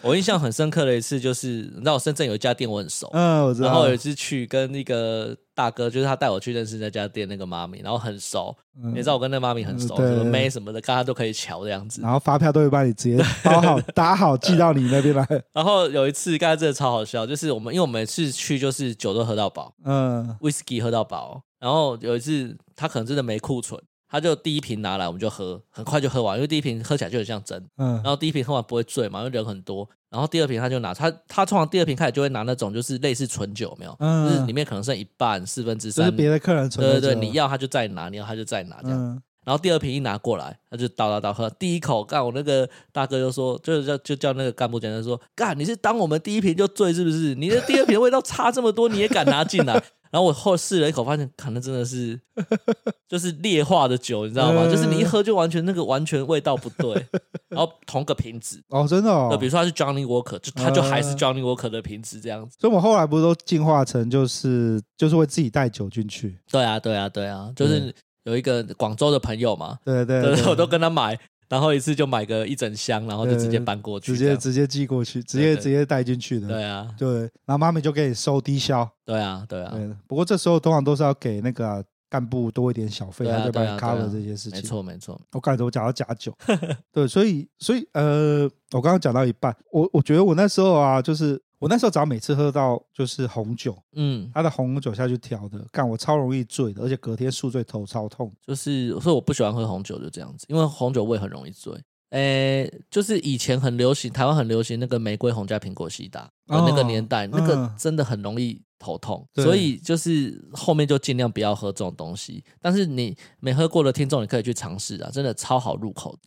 [SPEAKER 2] 我印象很深刻的一次就是，你知道我深圳有一家店我很熟，
[SPEAKER 1] 嗯，我知
[SPEAKER 2] 然
[SPEAKER 1] 道
[SPEAKER 2] 后有
[SPEAKER 1] 了
[SPEAKER 2] 一。次去跟那个大哥，就是他带我去认识那家店那个妈咪，然后很熟，
[SPEAKER 1] 嗯
[SPEAKER 2] 你知道我跟那妈咪很熟，
[SPEAKER 1] 嗯对嗯
[SPEAKER 2] 什么妹什么的，跟她都可以瞧这样子。
[SPEAKER 1] 然后发票都会帮你直接包好、打好寄到你那边 来。
[SPEAKER 2] 然后有一次，刚才真的超好笑，就是我们因为我们每次去就是酒都喝到饱
[SPEAKER 1] 嗯，
[SPEAKER 2] ，whisky 喝到饱，然后有一次他可能真的没库存，他就第一瓶拿来我们就喝，很快就喝完，因为第一瓶喝起来就很像真，
[SPEAKER 1] 嗯
[SPEAKER 2] 然，后第一瓶喝完不会醉嘛，因为人很多。然后第二瓶他就拿他他通常第二瓶开始就会拿那种就是类似纯酒有没有，
[SPEAKER 1] 嗯
[SPEAKER 2] 就是里面可能剩一半四分之
[SPEAKER 1] 这
[SPEAKER 2] 三，
[SPEAKER 1] 是别的客人存
[SPEAKER 2] 对
[SPEAKER 1] 的
[SPEAKER 2] 对对，
[SPEAKER 1] 酒啊
[SPEAKER 2] 你要他就再拿，你要他就再拿这样。
[SPEAKER 1] 嗯
[SPEAKER 2] 然后第二瓶一拿过来，他就倒倒倒喝，第一口干我那个大哥就说，就是叫就叫那个干部讲，他说干你是当我们第一瓶就醉是不是？你的第二瓶味道差这么多，你也敢 拿进来？然后我后试了一口，发现看那真的是就是劣化的酒，你知道吗？
[SPEAKER 1] 嗯
[SPEAKER 2] 就是你一喝就完全那个完全味道不对， 然后同个瓶子。
[SPEAKER 1] 哦，真的
[SPEAKER 2] 那
[SPEAKER 1] 哦
[SPEAKER 2] 比。如说他是 Johnny Walker，就他就还是
[SPEAKER 1] 嗯
[SPEAKER 2] Johnny Walker 的瓶子这样子。
[SPEAKER 1] 所以我们后来不是都进化成就是就是会自己带酒进去。
[SPEAKER 2] 对啊，对啊，对啊，
[SPEAKER 1] 嗯
[SPEAKER 2] 就是有一个广州的朋友嘛，
[SPEAKER 1] 对对
[SPEAKER 2] 对，我
[SPEAKER 1] 对，
[SPEAKER 2] 都跟他买，然后一次就买个一整箱，然后就直接搬过去
[SPEAKER 1] 直
[SPEAKER 2] 这样，
[SPEAKER 1] 接直接寄过去，直
[SPEAKER 2] 对
[SPEAKER 1] 接
[SPEAKER 2] 对
[SPEAKER 1] 直接带进去的。
[SPEAKER 2] 对啊，
[SPEAKER 1] 对，然后妈咪就给你收低消。
[SPEAKER 2] 对啊，对啊，
[SPEAKER 1] 对，不过这时候通常都是要给那个啊、干部多一点小费，
[SPEAKER 2] 对啊
[SPEAKER 1] 他就帮
[SPEAKER 2] 对
[SPEAKER 1] 你
[SPEAKER 2] 啊对
[SPEAKER 1] cover
[SPEAKER 2] 啊
[SPEAKER 1] 这些事情。
[SPEAKER 2] 没，错，没错，
[SPEAKER 1] 我刚才我讲到假 酒，对，所以所以呃，我刚刚讲到一半，我我觉得我那时候啊，就是我那时候只要每次喝到就是红酒，
[SPEAKER 2] 嗯，
[SPEAKER 1] 他的红酒下去调的，干我超容易醉的，而且隔天宿醉头超痛。
[SPEAKER 2] 就是所以我不喜欢喝红酒，就这样子，因为红酒味很容易醉。诶，就是以前很流行，台湾很流行那个玫瑰红加苹果西打，
[SPEAKER 1] 哦
[SPEAKER 2] 那个年代，那个
[SPEAKER 1] 嗯
[SPEAKER 2] 真的很容易头痛，
[SPEAKER 1] 对
[SPEAKER 2] 所以就是后面就尽量不要喝这种东西。但是你没喝过的听众，你可以去尝试啊，真的超好入口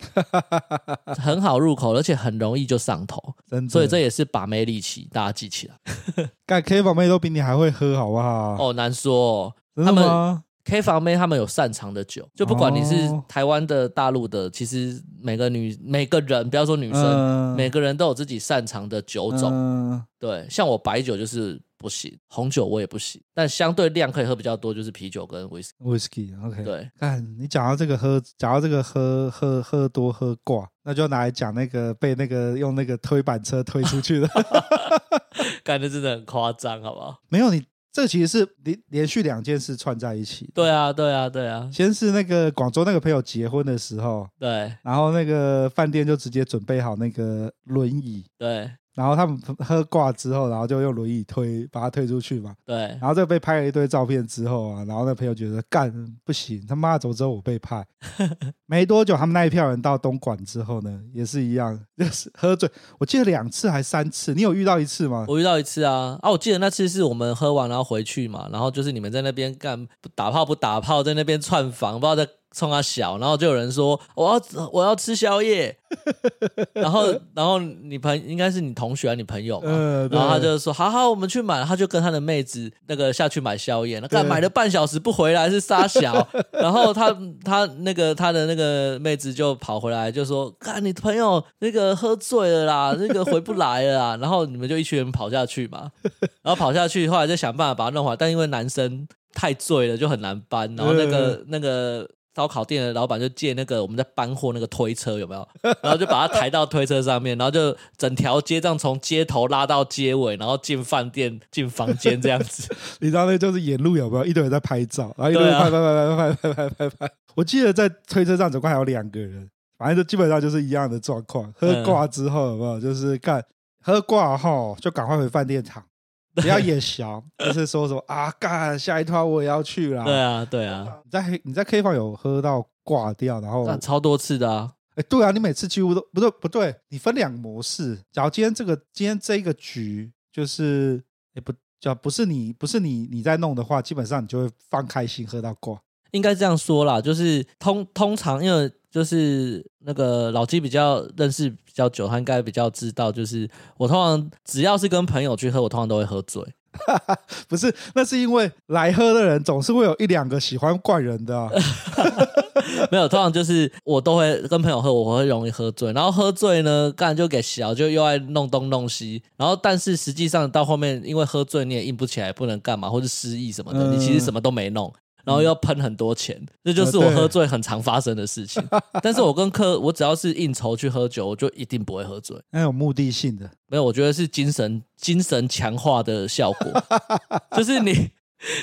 [SPEAKER 2] 的，很好入口，而且很容易就上头。
[SPEAKER 1] 真的，
[SPEAKER 2] 所以这也是把妹利器，大家记起
[SPEAKER 1] 啊
[SPEAKER 2] 来。
[SPEAKER 1] 干 K 房妹都比你还会喝，好不好？
[SPEAKER 2] 哦，难说、哦。
[SPEAKER 1] 真的
[SPEAKER 2] 他们
[SPEAKER 1] 吗？
[SPEAKER 2] K 房妹他们有擅长的酒，就不管你是
[SPEAKER 1] 哦
[SPEAKER 2] 台湾的、大陆的，其实每个女、每个人，不要说女生，
[SPEAKER 1] 嗯
[SPEAKER 2] 每个人都有自己擅长的酒种。
[SPEAKER 1] 嗯
[SPEAKER 2] 对，像我白酒就是不行，红酒我也不行，但相对量可以喝比较多，就是啤酒跟威士忌。
[SPEAKER 1] ，whisky OK。
[SPEAKER 2] 对，
[SPEAKER 1] 看你讲到这个喝，讲到这个喝喝喝多喝挂，那就拿来讲那个被那个用那个推板车推出去的。
[SPEAKER 2] 感觉真的很夸张，好不好？
[SPEAKER 1] 没有你，这其实是连连续两件事串在一起。，
[SPEAKER 2] 对啊，对啊，对啊，
[SPEAKER 1] 先是那个广州那个朋友结婚的时候，
[SPEAKER 2] 对
[SPEAKER 1] 然后那个饭店就直接准备好那个轮椅，
[SPEAKER 2] 对
[SPEAKER 1] 然后他们喝挂之后，然后就用轮椅推把他推出去嘛。
[SPEAKER 2] 对，
[SPEAKER 1] 然后这被拍了一堆照片之后啊，然后那朋友觉得干不行，他妈走之后我被 拍。没多久，他们那一票人到东莞之后呢，也是一样，就是喝醉。我记得两次还三次，你有遇到一次吗？
[SPEAKER 2] 我遇到一次啊啊！我记得那次是我们喝完然后回去嘛，然后就是你们在那边干不打炮不打炮，在那边串房，不知道在冲他小，然后就有人说我要我要吃宵夜，然后然后你朋应该是你同学、啊、你朋友嘛，
[SPEAKER 1] 呃，对
[SPEAKER 2] 然后他就说：“好好，我们去买。”他就跟他的妹子那个下去买宵夜，那干
[SPEAKER 1] 对
[SPEAKER 2] 买了半小时不回来是傻 小。然后他他那个他的那个妹子就跑回来就说：“干，你朋友那个喝醉了啦，那个回不来了啦。”然后你们就一群人跑下去嘛，然后跑下去，后来就想办法把他弄回来，但因为男生太醉了就很难搬，然后那个、那个。烧烤店的老板就借那个我们在搬货那个推车有没 有？然后就把它抬到推车上面，然后就整条街这样从街头拉到街尾，然后进饭店、 进房间这样子。
[SPEAKER 1] 你知道那就是沿路有没有一堆人在拍照，然后一堆
[SPEAKER 2] 对
[SPEAKER 1] 人
[SPEAKER 2] 啊
[SPEAKER 1] 拍拍拍拍拍拍拍拍拍。我记得在推车上总共还有两个人，反正就基本上就是一样的状况。喝挂之后有没有就是干喝挂后就赶快回饭店躺，不要野小，就是说什么啊干下一趟我也要去啦。
[SPEAKER 2] 对啊，对啊，
[SPEAKER 1] 你在黑你在 K 房有喝到挂掉，然后
[SPEAKER 2] 那超多次的啊。
[SPEAKER 1] 哎，对啊，你每次几乎都不对，不对，你分两模式。假如今天这个今天这一个局就是，也不叫不是你不是你你在弄的话，基本上你就会放开心喝到挂。
[SPEAKER 2] 应该这样说啦，就是通通常因为就是那个老纪比较认识比较久，他应该比较知道，就是我通常只要是跟朋友去喝，我通常都会喝醉。
[SPEAKER 1] 不是，那是因为来喝的人总是会有一两个喜欢怪人 的啊、
[SPEAKER 2] 没有，通常就是我都会跟朋友喝，我会容易喝醉，然后喝醉呢，干就给小，就又爱弄东弄西，然后但是实际上到后面，因为喝醉你也硬不起来，不能干嘛，或是失忆什么的，
[SPEAKER 1] 嗯
[SPEAKER 2] 你其实什么都没弄。然后又要喷很多钱，这就是我
[SPEAKER 1] 呃对
[SPEAKER 2] 喝醉很常发生的事情。 但是我跟客，我只要是应酬去喝酒，我就一定不会喝醉。
[SPEAKER 1] 那有目的性的。
[SPEAKER 2] 没有，我觉得是精神精神强化的效果，就是你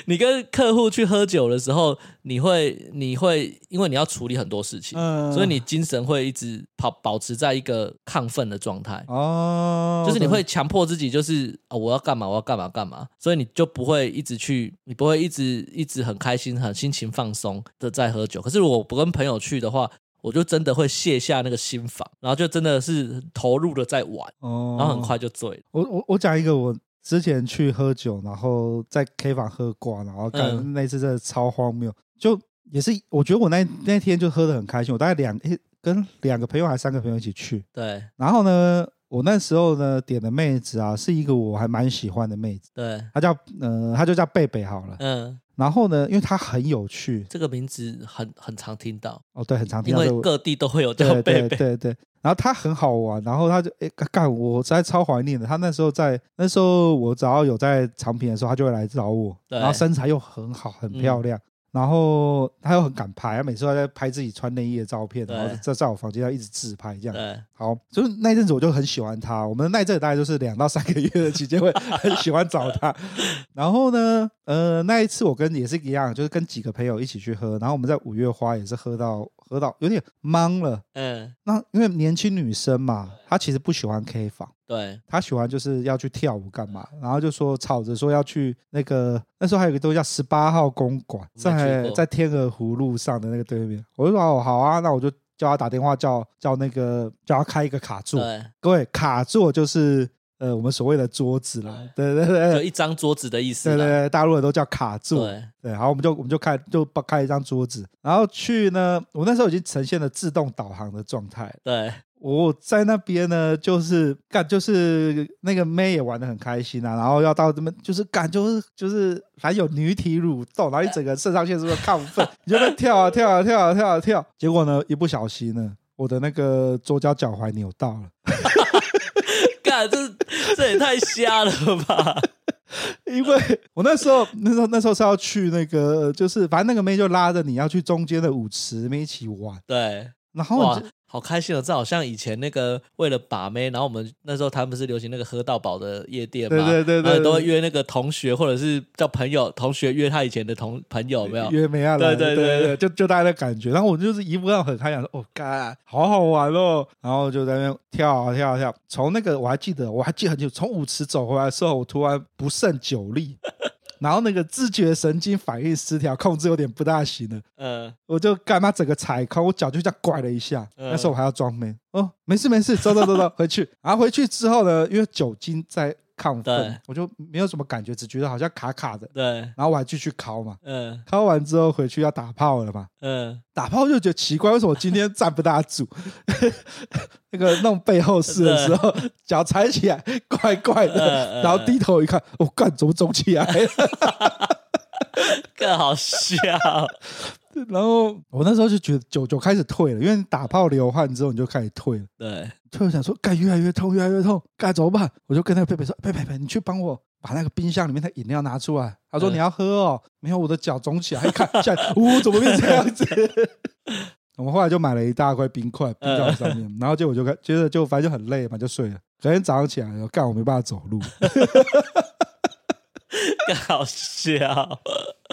[SPEAKER 2] 你跟客户去喝酒的时候，你会你会因为你要处理很多事情，
[SPEAKER 1] 嗯
[SPEAKER 2] 所以你精神会一直保保持在一个亢奋的状态，
[SPEAKER 1] 哦，
[SPEAKER 2] 就是你
[SPEAKER 1] 懂
[SPEAKER 2] 会强迫自己，就是啊、我要干嘛，我要干嘛干嘛，所以你就不会一直去，你不会一直一直很开心、很心情放松的在喝酒。可是如果我不跟朋友去的话，我就真的会卸下那个心防，然后就真的是投入的在玩，
[SPEAKER 1] 哦，
[SPEAKER 2] 然后很快就醉了。
[SPEAKER 1] 我我我讲一个我之前去喝酒，然后在 K 房喝挂，然后干、
[SPEAKER 2] 嗯
[SPEAKER 1] 那次真的超荒谬，就也是我觉得我那那天就喝的很开心，我大概两诶跟两个朋友还三个朋友一起去，
[SPEAKER 2] 对
[SPEAKER 1] 然后呢，我那时候呢点的妹子啊是一个我还蛮喜欢的妹子，
[SPEAKER 2] 对，
[SPEAKER 1] 她叫呃她就叫贝贝好了，
[SPEAKER 2] 嗯，
[SPEAKER 1] 然后呢，因为她很有趣
[SPEAKER 2] 这个名字很很常听到，
[SPEAKER 1] 哦，对，很常听
[SPEAKER 2] 因
[SPEAKER 1] 到
[SPEAKER 2] 为
[SPEAKER 1] 这个
[SPEAKER 2] 各地都会 有叫
[SPEAKER 1] 对
[SPEAKER 2] 贝
[SPEAKER 1] 对
[SPEAKER 2] 贝。
[SPEAKER 1] 对对，然后他很好玩，然后他就哎干，我实在超怀念的。他那时候在那时候我只要有在长平的时候，他就会来找我，
[SPEAKER 2] 对嗯
[SPEAKER 1] 然后身材又很好，很漂亮，然后他又很敢拍，他每次都在拍自己穿内衣的照片，
[SPEAKER 2] 对
[SPEAKER 1] 然后在在我房间要一直自拍这样。
[SPEAKER 2] 对，
[SPEAKER 1] 好，就是那一阵子我就很喜欢他。我们那一阵子大概就是两到三个月的期间会很喜欢找 他。然后呢，呃，那一次我跟也是一样，就是跟几个朋友一起去喝，然后我们在五月花也是喝到喝到有点懵了。
[SPEAKER 2] 嗯，
[SPEAKER 1] 那因为年轻女生嘛，她其实不喜欢 K 房，
[SPEAKER 2] 对，
[SPEAKER 1] 她喜欢就是要去跳舞干嘛，然后就说吵着说要去那个那时候还有一个都叫十八号公馆，
[SPEAKER 2] 我没去
[SPEAKER 1] 在
[SPEAKER 2] 过
[SPEAKER 1] 在天鹅湖路上的那个对面，我就说哦好啊，那我就叫她打电话叫叫那个叫她开一个卡座，
[SPEAKER 2] 对，
[SPEAKER 1] 各位卡座就是呃我们所谓的桌子啦，对对对
[SPEAKER 2] 就
[SPEAKER 1] 对
[SPEAKER 2] 一张桌子的意思
[SPEAKER 1] 对
[SPEAKER 2] 啦。
[SPEAKER 1] 对，大陆人都叫卡座，
[SPEAKER 2] 对，
[SPEAKER 1] 对，好，我们就我们就开就开一张桌子，然后去呢，我那时候已经呈现了自动导航的状态了。
[SPEAKER 2] 对，
[SPEAKER 1] 我在那边呢，就是干，就是那个妹也玩的很开心啊，然后要到这边，就是干，就是就是还有女体蠕动，然后一整个肾上腺素的亢奋， 你就在跳啊跳啊跳啊跳啊跳，结果呢，一不小心呢，我的那个左脚脚踝扭到了，
[SPEAKER 2] 干，这这也太瞎了吧？
[SPEAKER 1] 因为我那时候那时候那时候是要去那个，就是反正那个妹就拉着你要去中间的舞池里面一起玩，
[SPEAKER 2] 对，
[SPEAKER 1] 然后
[SPEAKER 2] 哇
[SPEAKER 1] 你就，
[SPEAKER 2] 好开心哦！这好像以前那个为了把妹，然后我们那时候他们是流行那个喝到饱的夜店嘛，
[SPEAKER 1] 对对对对
[SPEAKER 2] 然后都会
[SPEAKER 1] 对
[SPEAKER 2] 约那个同学或者是叫朋友，同学约他以前的同朋友，有没有？
[SPEAKER 1] 约梅亚
[SPEAKER 2] 对
[SPEAKER 1] 来，
[SPEAKER 2] 对
[SPEAKER 1] 对
[SPEAKER 2] 对
[SPEAKER 1] 对，就就大家的感觉。然后我就是一步到很开朗，说哦，干，好好玩哦。然后就在那边跳啊跳啊跳。从那个我还记得，我还记得很久，从舞池走回来的时候，我突然不胜酒 力，然后那个自觉神经反应失调，控制有点不大行了。
[SPEAKER 2] 嗯，
[SPEAKER 1] 我就干嘛整个踩空，我脚就这样拐了一下。
[SPEAKER 2] 嗯
[SPEAKER 1] 那时候我还要装没哦，没事没事，走走走走，回去。 然后回去之后呢，因为酒精在亢
[SPEAKER 2] 对
[SPEAKER 1] 奋，我就没有什么感觉，只觉得好像卡卡的。
[SPEAKER 2] 对，
[SPEAKER 1] 然后我还继续敲嘛，
[SPEAKER 2] 嗯
[SPEAKER 1] 敲完之后回去要打炮了嘛，
[SPEAKER 2] 嗯，
[SPEAKER 1] 打炮就觉得奇怪，为什么我今天站不大住？ 那个弄背后式的时候，脚踩起来怪怪
[SPEAKER 2] 嗯嗯
[SPEAKER 1] 的，然后低头一看，我、哦、干怎么肿起来 了？
[SPEAKER 2] 更好笑。
[SPEAKER 1] 然后我那时候就觉得酒就开始退了，因为打炮流汗之后你就开始退了。
[SPEAKER 2] 对，
[SPEAKER 1] 退了想说，干越来越痛，越来越痛，干怎么办？我就跟那个贝贝说，贝贝贝，你去帮我把那个冰箱里面的饮料拿出来。他说、
[SPEAKER 2] 嗯
[SPEAKER 1] 你要喝哦，没有我的脚肿起来，一看， 下呜、怎么变这样子？我们后来就买了一大块冰块冰到上面，然后结果就跟接着就反正就很累嘛，就睡了。隔天早上起来，然后干我没办法走路，
[SPEAKER 2] 更好笑。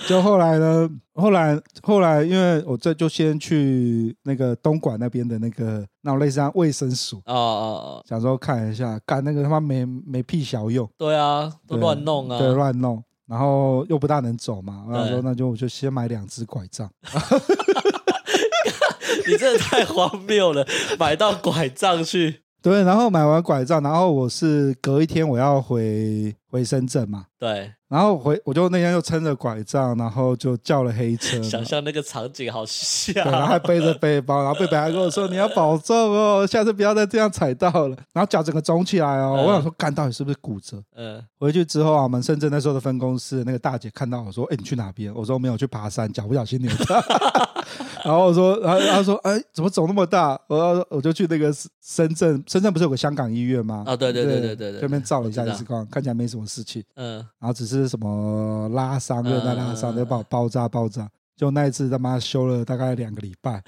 [SPEAKER 1] 就后来呢，后来后来，因为我这就先去那个东莞那边的那个那种类似像卫生署，
[SPEAKER 2] 哦哦，哦
[SPEAKER 1] 想说看一下，干那个他妈没没屁小用，
[SPEAKER 2] 对啊，都
[SPEAKER 1] 对
[SPEAKER 2] 乱弄啊。
[SPEAKER 1] 对，乱弄，然后又不大能走嘛，我想
[SPEAKER 2] 对
[SPEAKER 1] 说那就我就先买两只拐杖，
[SPEAKER 2] 你真的太荒谬了，买到拐杖去。
[SPEAKER 1] 对，然后买完拐杖，然后我是隔一天我要回回深圳嘛。
[SPEAKER 2] 对，
[SPEAKER 1] 然后回，我就那天就撑着拐杖，然后就叫了黑 车嘛，
[SPEAKER 2] 想象那个场景好
[SPEAKER 1] 嗯对，然后还
[SPEAKER 2] 笑。
[SPEAKER 1] 背着背包，然后贝贝还跟我说：“你要保重哦，下次不要再这样踩到了。”然后脚整个肿起来哦，
[SPEAKER 2] 嗯
[SPEAKER 1] 我想说，干到底是不是骨折？
[SPEAKER 2] 嗯，
[SPEAKER 1] 回去之后啊，我们深圳那时候的分公司那个大姐看到我说：“哎、你去哪边？”我说：“没有，去爬山，脚不小心扭到。” 然后我说，然后她说：“哎、怎么肿那么大？”我我就去那个深圳，深圳不是有个香港医院吗？
[SPEAKER 2] 啊对对对对对对
[SPEAKER 1] 这边照了一下
[SPEAKER 2] 我知道
[SPEAKER 1] X 光，看起来没什么事情。
[SPEAKER 2] 嗯，
[SPEAKER 1] 然后只是什么拉伤、
[SPEAKER 2] 嗯
[SPEAKER 1] 韧带拉伤，就把我包扎包扎。就那一次他妈休了大概两个礼拜，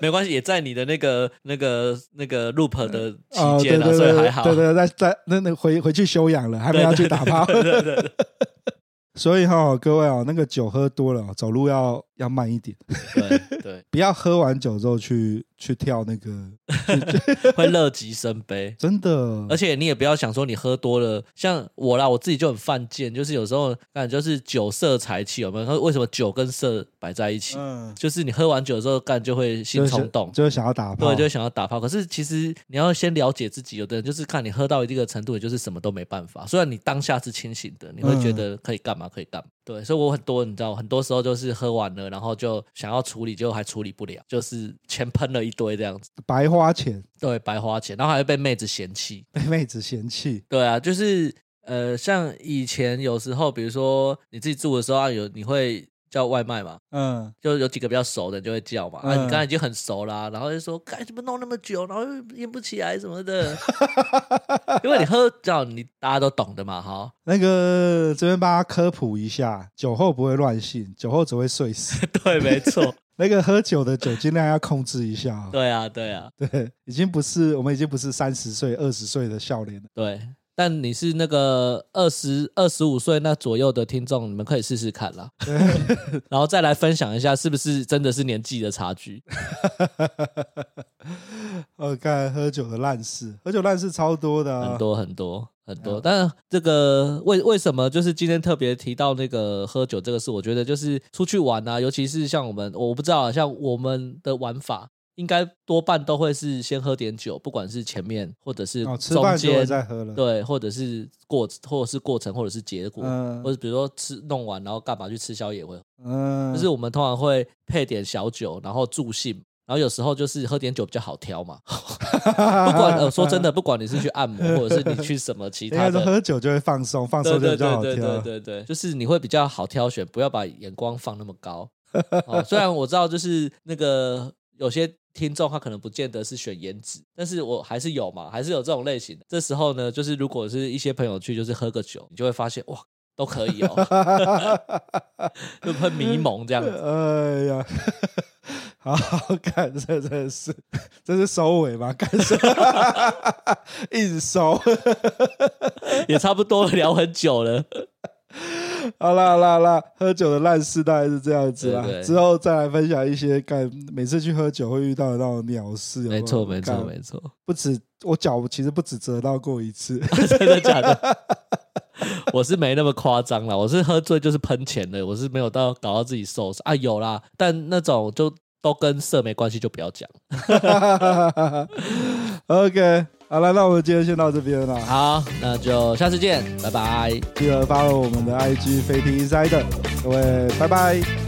[SPEAKER 2] 没关系，也在你的那个、那个、那个 loop 的
[SPEAKER 1] 哦，
[SPEAKER 2] 期
[SPEAKER 1] 对
[SPEAKER 2] 间啊，
[SPEAKER 1] 对
[SPEAKER 2] 所以还
[SPEAKER 1] 对
[SPEAKER 2] 好。
[SPEAKER 1] 对对，在在那那回回去休养了，还没
[SPEAKER 2] 对
[SPEAKER 1] 有
[SPEAKER 2] 对
[SPEAKER 1] 去打炮。
[SPEAKER 2] 对对对
[SPEAKER 1] 所以哈、各位哦，那个酒喝多了哦，走路要要慢一点，
[SPEAKER 2] 对对
[SPEAKER 1] 不要喝完酒之后去去跳那个，
[SPEAKER 2] 对，会乐极生悲。
[SPEAKER 1] 真的
[SPEAKER 2] 而，且你也不要想说你喝多了，像我啦，我自己就很犯贱，就是有时候感觉就是酒色财气，有没有？为什么酒跟色摆在一起？
[SPEAKER 1] 嗯，
[SPEAKER 2] 就是你喝完酒之后，干就会
[SPEAKER 1] 就
[SPEAKER 2] 性
[SPEAKER 1] 是
[SPEAKER 2] 冲动，
[SPEAKER 1] 就是想要打炮，
[SPEAKER 2] 对，就想要打炮。可是其实你要先了解自己，有的人就是看你喝到一定的程度，也就是什么都没办法。虽然你当下是清醒的，你会觉得可以干嘛可以干嘛。对，所以我很多你知道，很多时候就是喝完了，然后就想要处理，结果还处理不了，就是钱喷了一堆这样子，
[SPEAKER 1] 白花钱，
[SPEAKER 2] 对，白花钱，然后还会被妹子嫌弃。
[SPEAKER 1] 被妹子嫌弃，
[SPEAKER 2] 对啊，就是呃，像以前有时候，比如说你自己住的时候啊，有你会叫外卖嘛，
[SPEAKER 1] 嗯，
[SPEAKER 2] 就有几个比较熟的你就会叫嘛，啊，你
[SPEAKER 1] 嗯
[SPEAKER 2] 刚才已经很熟啦、然后就说干什么弄那么久，然后又演不起来什么的， 因为你喝叫你大家都懂的嘛，哈，
[SPEAKER 1] 那个这边帮他科普一下，酒后不会乱性，酒后只会睡死。
[SPEAKER 2] 对，没错，
[SPEAKER 1] 那个喝酒的酒精量要控制一下、哦，
[SPEAKER 2] 对啊，对啊，
[SPEAKER 1] 对，已经不是我们已经不是三十岁、二十岁的笑脸了。
[SPEAKER 2] 对。但你是那个二十二十五岁那左右的听众，你们可以试试看啦， 然后再来分享一下是不是真的是年纪的差距。
[SPEAKER 1] 我看哦喝酒的烂事，喝酒烂事超多的、啊，
[SPEAKER 2] 很多很多很
[SPEAKER 1] 嗯
[SPEAKER 2] 多。但这个为为什么就是今天特别提到那个喝酒这个事？我觉得就是出去玩啊，尤其是像我们，我不知道啊，像我们的玩法。应该多半都会是先喝点酒，不管是前面或者是
[SPEAKER 1] 哦，吃
[SPEAKER 2] 中
[SPEAKER 1] 饭就
[SPEAKER 2] 间，
[SPEAKER 1] 会再喝了。
[SPEAKER 2] 对，或者是过或者是过程，或者是结果，
[SPEAKER 1] 嗯
[SPEAKER 2] 或者比如说吃弄完然后干嘛去吃宵夜也会，
[SPEAKER 1] 嗯，
[SPEAKER 2] 就是我们通常会配点小酒，然后助兴，然后有时候就是喝点酒比较好挑嘛，
[SPEAKER 1] 不
[SPEAKER 2] 不管、呃、说
[SPEAKER 1] 啊
[SPEAKER 2] 真的，，不管你是去按摩，或者是你去什 么其
[SPEAKER 1] 应
[SPEAKER 2] 他
[SPEAKER 1] 该
[SPEAKER 2] 的
[SPEAKER 1] 说，喝酒就会放松，放
[SPEAKER 2] 对
[SPEAKER 1] 松就
[SPEAKER 2] 对
[SPEAKER 1] 比较
[SPEAKER 2] 对
[SPEAKER 1] 好啊
[SPEAKER 2] 对对
[SPEAKER 1] 挑。
[SPEAKER 2] 对对，就是你会比较好挑选，不要把眼光放那么高。哦、虽然我知道，就是那个有些听众他可能不见得是选颜值，但是我还是有嘛，还是有这种类型的。这时候呢，就是如果是一些朋友去，就是喝个酒，你就会发现哇，都可以
[SPEAKER 1] 啊
[SPEAKER 2] 哦，就会迷蒙这样子。
[SPEAKER 1] 哎呀，啊，干这真的是，这是收尾吗？干什 一直收。
[SPEAKER 2] 也差不多聊很久了。
[SPEAKER 1] 好啊啦好啦好啦，喝酒的烂事大概是这样子啦。
[SPEAKER 2] 对对
[SPEAKER 1] 之后再来分享一些干每次去喝酒会遇到的那种鸟事。 有啊
[SPEAKER 2] 没错，没错，
[SPEAKER 1] 干
[SPEAKER 2] 没错，
[SPEAKER 1] 不止我脚其实不止折到过一次。
[SPEAKER 2] 真的假的？我是没那么夸张啦，我是喝醉就是喷钱的，我是没有到搞到自己受伤啊，有啦，但那种就都跟色没关系，就不要讲。
[SPEAKER 1] OK，好了，那我们今天先到这边了。
[SPEAKER 2] 好，那就下次见，拜拜。
[SPEAKER 1] 记得发了我们的 IG 飞踢 Inside，各位拜拜。